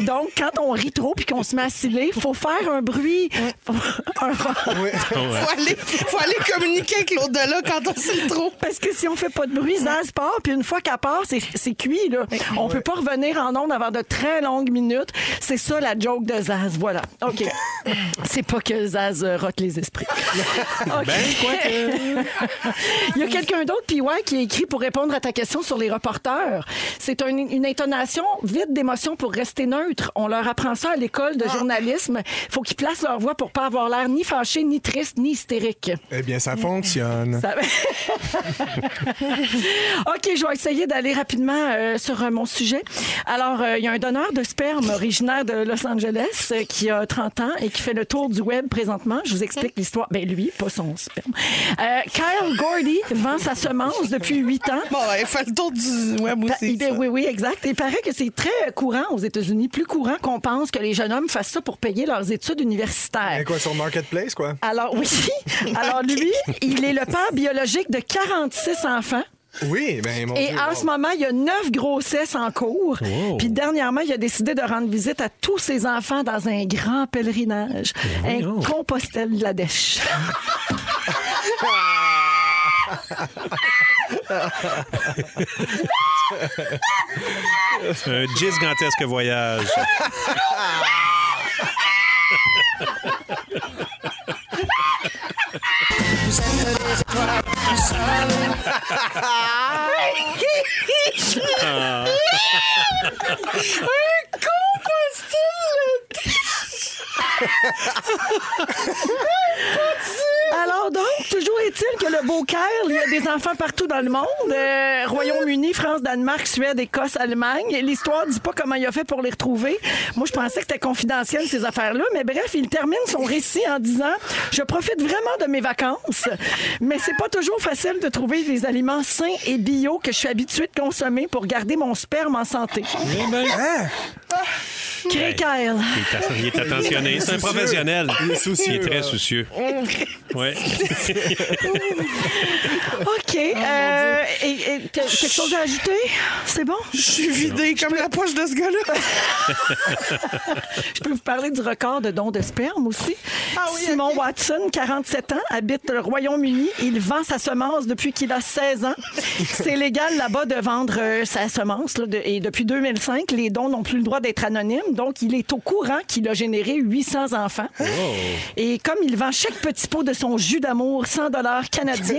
Donc, quand on rit trop puis qu'on se met à ciller, faut faire un bruit. un- Faut aller, faut aller communiquer avec l'au-delà quand on sait trop. Parce que si on fait pas de bruit, Zaz part, puis une fois qu'elle part, c'est- c'est cuit, là. On peut pas revenir en ondes avant de très longues minutes. C'est ça, la joke de Zaz. Voilà. OK. c'est pas que Zaz euh, rote les esprits. OK. Il y a quelqu'un d'autre, puis ouais, qui a écrit pour répondre à ta question sur les reporters. C'est un- une intonation vide d'émotion pour rester neutre. On leur apprend ça à l'école de journalisme. Faut qu'ils placent leur voix pour pas avoir l'air ni fâché, ni triste, ni hystérique. Eh bien, ça fonctionne. Ça- OK, je vais essayer d'aller rapidement euh, sur euh, mon sujet. Alors, euh, il y a un donneur de sperme originaire de Los Angeles euh, qui a 30 ans et qui fait le tour du web présentement. Je vous explique l'histoire. Ben lui, pas son sperme. Euh, Kyle Gordy vend sa semence depuis 8 ans. Bon, il fait le tour du web Pa- aussi. ben ça. oui, oui, exact. Il paraît que c'est très euh, courant aux États-Unis, plus courant qu'on pense que les jeunes hommes fassent ça pour payer leurs études universitaires. Ben, Et Eh, quoi, sur Marketplace, quoi? Alors oui, alors lui, il est le père biologique de 46 enfants. Oui, ben, mon Et Dieu, en wow. ce moment, il y a neuf grossesses en cours. Puis dernièrement, il a décidé de rendre visite à tous ses enfants dans un grand pèlerinage. Ben Un compostel de la dèche. Un gigantesque voyage. Ah. Alors donc, toujours est-il que le beau Kyle, il y a des enfants partout dans le monde. Euh, Royaume-Uni, France, Danemark, Suède, Écosse, Allemagne. L'histoire dit pas comment il a fait pour les retrouver. Moi, je pensais que c'était confidentiel, ces affaires-là. Mais bref, il termine son récit en disant « Je profite vraiment de mes vacances, mais c'est pas toujours facile de trouver les aliments sains et bio que je suis habituée de consommer pour garder mon sperme en santé. Eh ben, Cré Kyle. il, est atten- il est attentionné. C'est un professionnel. Il est soucieux, très là. soucieux. Ouais. OK. euh, et, et t'as- quelque chose à ajouter? C'est bon? Je suis vidée comme la poche de ce gars-là. Je peux vous parler du record de dons de sperme aussi. oui, Simon Watson, 47 ans, habite le Royaume-Uni. Il vend sa semence depuis qu'il a 16 ans. C'est légal là-bas de vendre euh, sa semence. là, de- et depuis 2005, les dons n'ont plus le droit d'être anonymes. Donc, il est au courant qu'il a généré 800 enfants. Et comme il vend chaque petit pot de son jus d'amour 100 canadiens,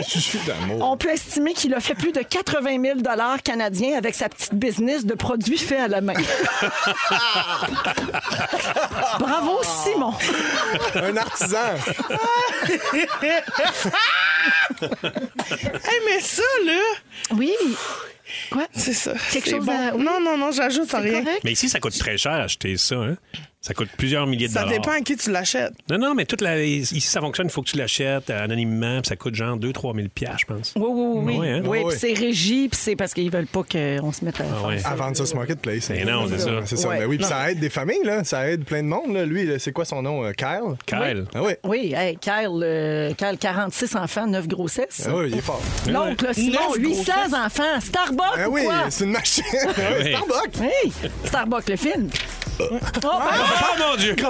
on peut estimer qu'il a fait plus de 80 000 canadiens avec sa petite business de produits faits à la main. Bravo, Simon! Un artisan. Hey, mais ça, là, Oui, quoi? c'est ça. Quelque c'est chose bon. à- oui. Non, non, non, j'ajoute rien. correct? Mais ici, ça coûte très cher acheter ça. hein. Ça coûte plusieurs milliers de Ça dollars. dépend à qui tu l'achètes. Non, non, mais toute la... ici, ça fonctionne. Il faut que tu l'achètes euh, anonymement. puis ça coûte genre 2-3 000 piastres, je pense. Oui, oui, oui. Ouais, Oui, hein? oui Ouais. puis c'est régi, puis c'est parce qu'ils veulent pas qu'on se mette à. Ah, ouais. Avant ça, sur Marketplace. hein. Mais non, c'est ça. C'est ça. Ouais. Ben oui, puis ça aide des familles, là. Ça aide plein de monde, là. Lui, là, c'est quoi son nom? euh, Kyle? Kyle. Ah oui. Oui, hey, Kyle, euh, Kyle, 46 enfants, 9 grossesses. Ah oui, il est fort. L'oncle, là, Simon, Neuf 800 enfants. Starbucks, Ah ou oui, quoi? c'est une machine. Ah oui. Starbucks. Hey, Starbucks, le film. Oh, pardon, Ah, mon Dieu! ça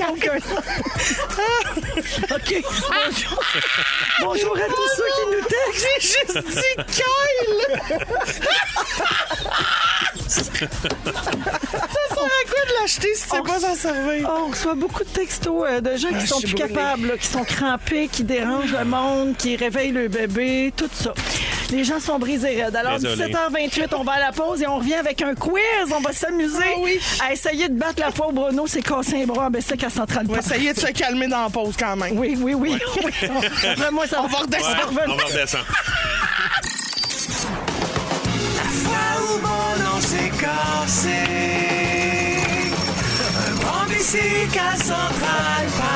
a aucun sens. OK. Bonjour. Bonjour à tous ceux qui nous textent. J'ai juste dit Kyle. Ça sert à quoi de l'acheter si c'est pas s'en servir? Oh, on reçoit beaucoup de textos euh, de gens qui sont plus je suis brûlée. capables, là, qui sont crampés, qui dérangent le monde, qui réveillent le bébé, tout ça. Les gens sont brisés raides. Alors, Désolé. 17h28, on va à la pause et on revient avec un quiz. On va s'amuser à essayer de battre la pauvre Bruno, c'est cassé un bras en baissec à Centrale On va essayer de se calmer dans la pause quand même. Oui, oui, oui. oui. Après, moi, ça On va redescendre. revenir. On va redescendre. ici qu'à Central Park.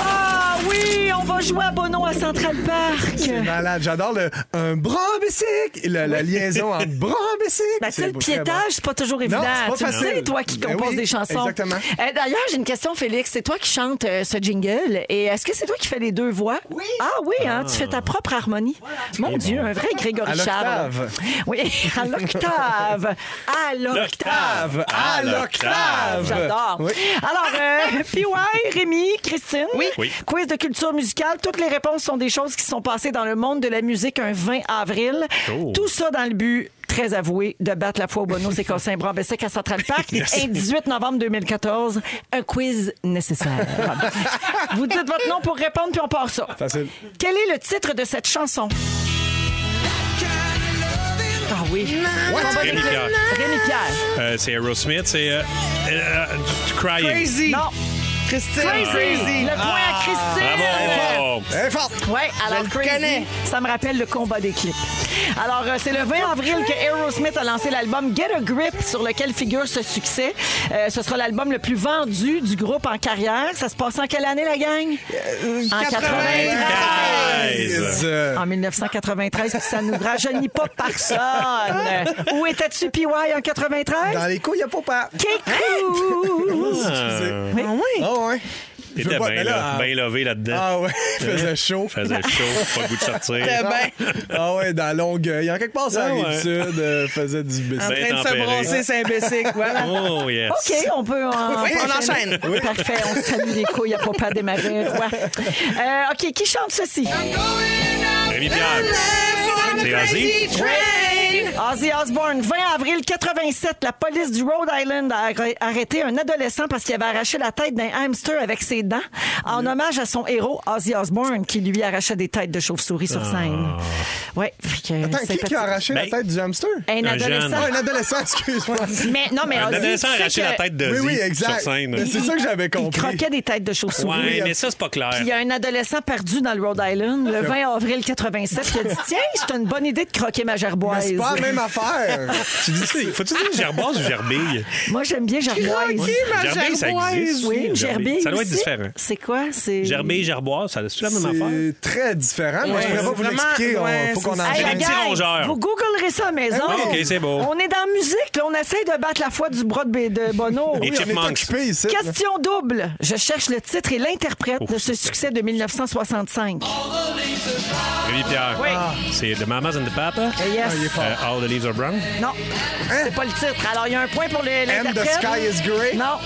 Ah oui, on va jouer à Bono à Central Park. C'est malade. J'adore le un bras bicycle, et la, la liaison entre bras bicycle. Ben, tu sais, C'est le beau, très piétage, bon. c'est pas toujours c'est évident. pas tu le facile. sais, toi qui Ben composes oui, des chansons. exactement. Euh, D'ailleurs, j'ai une question, Félix. C'est toi qui chantes euh, ce jingle. Et est-ce que c'est toi qui fais les deux voix? Oui. Ah oui, hein, tu fais ta propre harmonie. Mon Dieu, un vrai Grégory À Charles. l'octave. Oui, à l'octave. À l'octave. Ah, Ah, L'octave, à l'octave. J'adore. Oui. Alors, euh, PY, Rémi, Christine, Oui. quiz de culture musicale. Toutes les réponses sont des choses qui sont passées dans le monde de la musique un 20 avril. Oh. Tout ça dans le but très avoué de battre la foi au Bono, c'est Cossin bras Bessec à Central Park. Et 18 novembre 2014, un quiz nécessaire. Vous dites votre nom pour répondre, puis on part ça. Facile. Quel est le titre de cette chanson? Ah oui. Rémi Pierre. Rémi Pierre. Euh, c'est Aerosmith, c'est euh, euh, Crying. Crazy. Non. Christine. Crazy. Le point à Christine. Bravo! Eh, fort. Oui, alors le Crazy, connais. ça me rappelle le combat des clips. Alors, euh, c'est le 20 avril que Aerosmith a lancé l'album Get a Grip, sur lequel figure ce succès. Euh, ce sera l'album le plus vendu du groupe en carrière. Ça se passe en quelle année, la gang? en 93. Euh, En 1993, puis ça nous rajeunit pas personne. Où étais-tu, PY, en 93? Dans les couilles, y a pas pas. Kékou! Ah, Oui. Ah ouais. Je veux T'étais pas- bien mais là, là, ah, bien levé là-dedans. Ah ouais, il faisait chaud. Faisait chaud, pas le goût de sortir. Très bien. Ah ouais, dans Longueuil. En quelque part, ça Ah arrive ouais. sud, euh, faisait du En business. Ben train de tempéré. se brosser, c'est imbécile. Voilà. Oh yes. OK, on peut en. Oui, on enchaîne. Parfait, on salue les couilles à papa des marins. Euh, OK, qui chante ceci? Rémi Pierre. C'est Ozzy. Ozzy Osbourne, 20 avril 87, la police du Rhode Island a arr- arrêté un adolescent parce qu'il avait arraché la tête d'un hamster avec ses dents en hommage à son héros Ozzy Osbourne qui lui arrachait des têtes de chauve-souris sur Ah. scène. Ouais, fait que Attends, c'est qui, qui a petit. arraché Ben- la tête du hamster? un, Un adolescent. jeune. Ah, un adolescent, excuse-moi. Mais non mais Un Ozzy, adolescent tu a sais arraché que la tête de Oui, oui, sur exact. scène. Mais C'est ça que j'avais Il compris. croquait des têtes de chauve-souris. Ouais, mais ça, c'est pas clair. Puis il y a un adolescent perdu dans le Rhode Island le 20 avril 87 qui a dit Tiens, c'est une bonne idée de croquer ma Mais gerboise. c'est pas la même affaire. Tu dis ça, faut-tu dire gerboise ou gerbille? Moi, j'aime bien gerboise. ma Gerbille, ça existe. Oui, Gerbille. gerbille. Ça doit être aussi. différent. C'est quoi? C'est. Gerbille, gerboise, ça c'est la même affaire. C'est très différent. Moi, je Ouais, pourrais pas vous vraiment, l'expliquer. Il ouais, faut qu'on en Hey, J'ai la des petits gang, rongeurs. Vous googlerez ça à maison. Ah, OK, c'est beau. On est dans musique, là. On essaye de battre la foi du bras de, B- de Bono. Et Oui, on est Chipmunks. occupé ici. Question double. Je cherche le titre et l'interprète de ce succès de 1965. Ah, Rémi Pierre. Oui. C'est The Mamas and the Papa. Eh, yes. Euh, All the leaves are brown. Non, c'est pas le titre. Alors, il y a un point pour le- Hein? And the l'interprète. sky is grey. Non,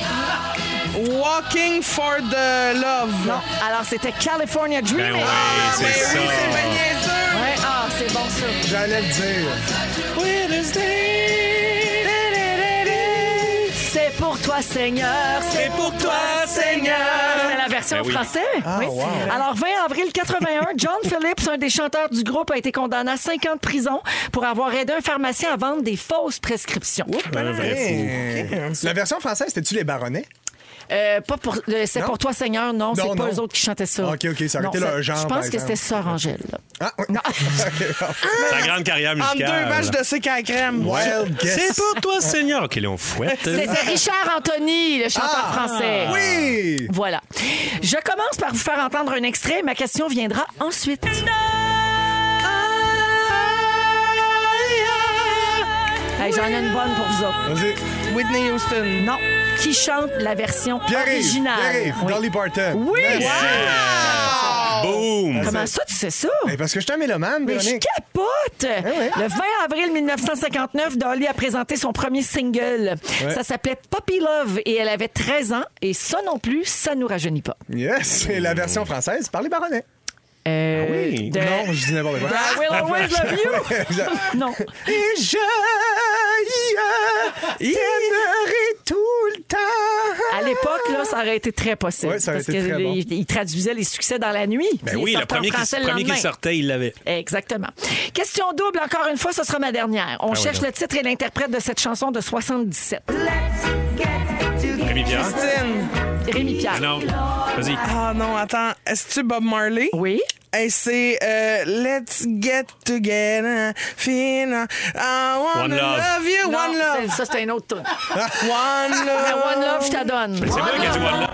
Walking for the love. non. Alors, c'était California Ben Dreaming. oui, c'est Mais ça. oui, c'est bien niaiseux. Ouais, ah, c'est bon ça. J'allais le dire. C'est pour toi, Seigneur. C'est pour toi, Seigneur. C'est la version Ben oui. française. oui. Ah, wow. Alors, 20 avril 81, John Phillips, un des chanteurs du groupe, a été condamné à 5 ans de prison pour avoir aidé un pharmacien à vendre des fausses prescriptions. Un vrai fou. La version française, c'était-tu les baronnets? Euh, pas pour, le- c'est Non. pour toi, Seigneur. Non, c'est Non, pas non. eux autres qui chantaient ça. OK, OK, ça aurait Non, été leur genre, Je par pense que exemple. c'était Sœur Angèle. là. Ah, oui. Non. Ah. Sa grande carrière Entre musicale. deux matchs de sec à la crème. Wild guess. C'est pour toi, Seigneur. OK, là, on fouette. C'était Richard Anthony, le chanteur français. Ah! Oui! Voilà. Je commence par vous faire entendre un extrait. Ma question viendra ensuite. Hey, J'en ai une bonne pour vous autres. Vas-y. Whitney Houston. Non. Qui chante la version Pierre-Yves. originale? Pierre-Yves. Oui. Dolly Parton. Oui! Merci. Boom! Comment ça, tu sais ça? Eh, parce que je suis un mélomane, Mais je Véronique. Eh capote! Le 20 avril 1959, Dolly a présenté son premier single. Ça s'appelait Poppy Love et elle avait 13 ans. Et ça non plus, ça nous rajeunit pas. Yes, c'est la version française par les baronnets. Euh, oui. de- Ah Non, je dis n'importe quoi. de I Will Always Love You. non. Et je euh, t'aimerai tout le temps. À l'époque, là, ça aurait été très possible. Ouais, ça aurait parce été que très les- bon. ils traduisaient les succès dans la nuit. Ben Ils oui, le sortaient en premier, qui, français le premier qui lendemain. sortait, il l'avait. Exactement. Question double, encore une fois, ce sera ma dernière. On Ah oui, cherche donc. le titre et l'interprète de cette chanson de 77. Rémi Pierre. Christine. Rémi Pierre. Non. Vas-y. Ah non, attends. Est-ce que Bob Marley? Oui. Et c'est euh, Let's Get Together, Fina. I wanna One love. Love. you, Non, One Love. c'est- Ça, c'est un autre tune. One Mais Love. One Love, je t'adonne. C'est moi qui ai dit One Love.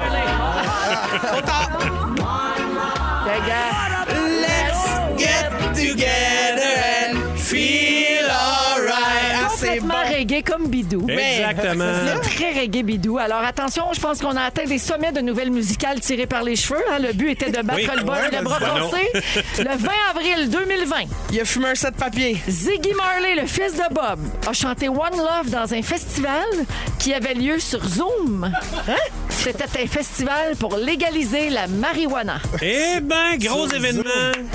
Regarde. Let's Get Together and Feel Alright. Ah, c'est Complètement bon. reggae comme Bidou. Exactement. Ben, C'est Très reggae bidou. Alors attention, je pense qu'on a atteint des sommets de nouvelles musicales tirées par les cheveux. hein. Le but était de battre Oui. le bol Ouais, et le bras ben non. cassé. Le 20 avril 2020, Il a fumé un set de papier. Ziggy Marley, le fils de Bob, a chanté One Love dans un festival qui avait lieu sur Zoom. Hein? C'était un festival pour légaliser la marijuana. Eh ben, gros événement.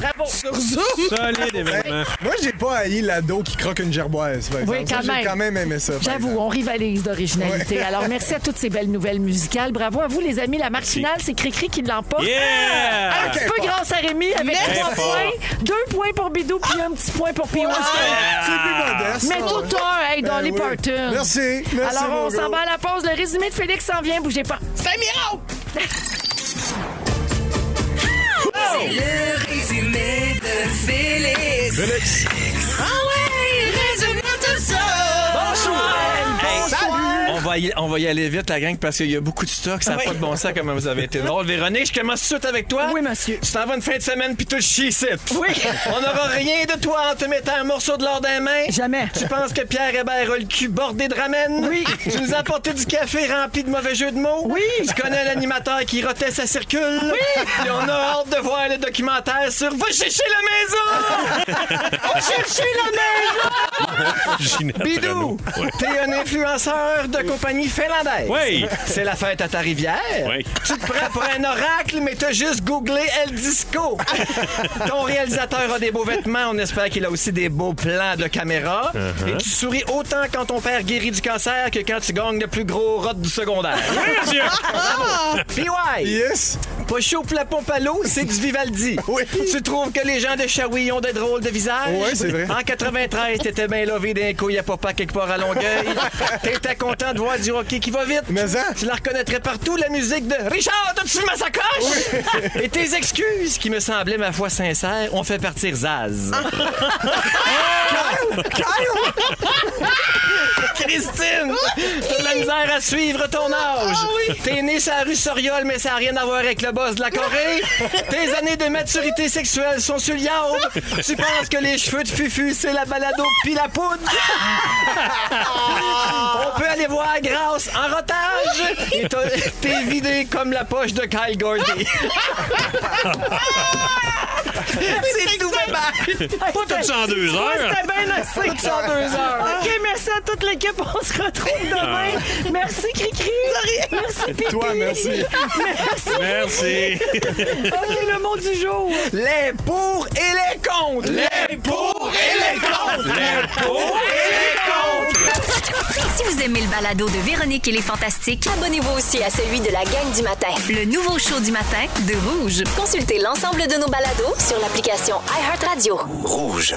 Bravo. Sur Zoom. Solide événement. Moi, j'ai pas haï l'ado qui croque une gerboise. par Oui, exemple. quand Ça, même. J'ai quand même aimé ça. par J'avoue, exemple. on rivalise d'originalité. Alors, merci à toutes ces belles nouvelles musicales. Bravo à vous, les amis. La marque finale, c'est Cricri qui l'emporte. Un Ah. Yeah! petit peu grâce à Rémi avec Merci. trois Très fort. points. Deux points pour Bidou, puis un petit point pour P.O. C'est plus modeste. Ah. Mais ça, ouais. tout un, hey, Dolly Eh oui. Parton. Merci. Merci, Alors, mon on s'en gars. va à la pause. Le résumé de Félix s'en vient, bougez pas. C'est un miracle. Le résumé de Félix. Félix. Ah ouais, résumé tout ça. On va, y, on va y aller vite, la gang, parce qu'il y a beaucoup de stock. Ça n'a pas de bon sens comment vous avez été drôle. Véronique, je commence tout de suite avec toi. Oui, monsieur. Tu t'en vas une fin de semaine, puis tout chie ici. Oui. on n'aura rien de toi en te mettant un morceau de l'or dans la main. Jamais. Tu penses que Pierre Hébert a le cul bordé de ramen? Oui. Tu nous as apporté du café rempli de mauvais jeux de mots? Oui. Tu connais l'animateur qui rotait sa circule? Oui. Et on a hâte de voir le documentaire sur Va chercher la maison! Va chercher la maison! Ginette Bidou, Renaud. Ouais. t'es un influenceur de compagnie finlandaise. Oui. C'est la fête à ta rivière. Oui. Tu te prends pour un oracle, mais t'as juste googlé El Disco. Ton réalisateur a des beaux vêtements. On espère qu'il a aussi des beaux plans de caméra. Uh-huh. Et tu souris autant quand ton père guérit du cancer que quand tu gagnes le plus gros rot du secondaire. Oui, monsieur. PY. Yes. Pas chaud pour la pompe à l'eau, c'est du Vivaldi. Oui. Tu trouves que les gens de Shawi ont des drôles de visages? Oui, c'est vrai. En 93, t'étais bien lové d'un coup, il a pas pas quelque part à Longueuil. T'étais content de voir du hockey qui va vite. Mais hein? ça. Tu la reconnaîtrais partout, la musique de Richard, t'as-tu vu ma sacoche? Et tes excuses, qui me semblaient, ma foi, sincères, ont fait partir Zaz. Ah, Kyle! Kyle! Christine, t'as de la misère à suivre ton âge. T'es né sur la rue Soriol, mais ça n'a rien à voir avec le boss de la Corée. Tes années de maturité sexuelle sont sur l'yaube. Tu penses que les cheveux de Fufu, c'est la balado pis la poudre. On peut aller voir Grâce en rotage. Et t'as- T'es vidé comme la poche de Kyle Gordy. c'est tout bye-bye. Pas tout ça en deux Ouais, heures. C'était bien assez. Tout ça en deux heures. OK, merci à toute l'équipe. On se retrouve demain. Ah. Merci, Cricri. Merci, Pipi. Toi, merci. Merci. Ah OK, le mot du jour. Les pour et les contre. Les pour et les contre. Les pour et les contre. Si vous aimez le balado de Véronique et les Fantastiques, Abonnez-vous aussi à celui de la gang du matin. le nouveau show du matin de Rouge. Consultez l'ensemble de nos balados sur l'application iHeartRadio. Rouge.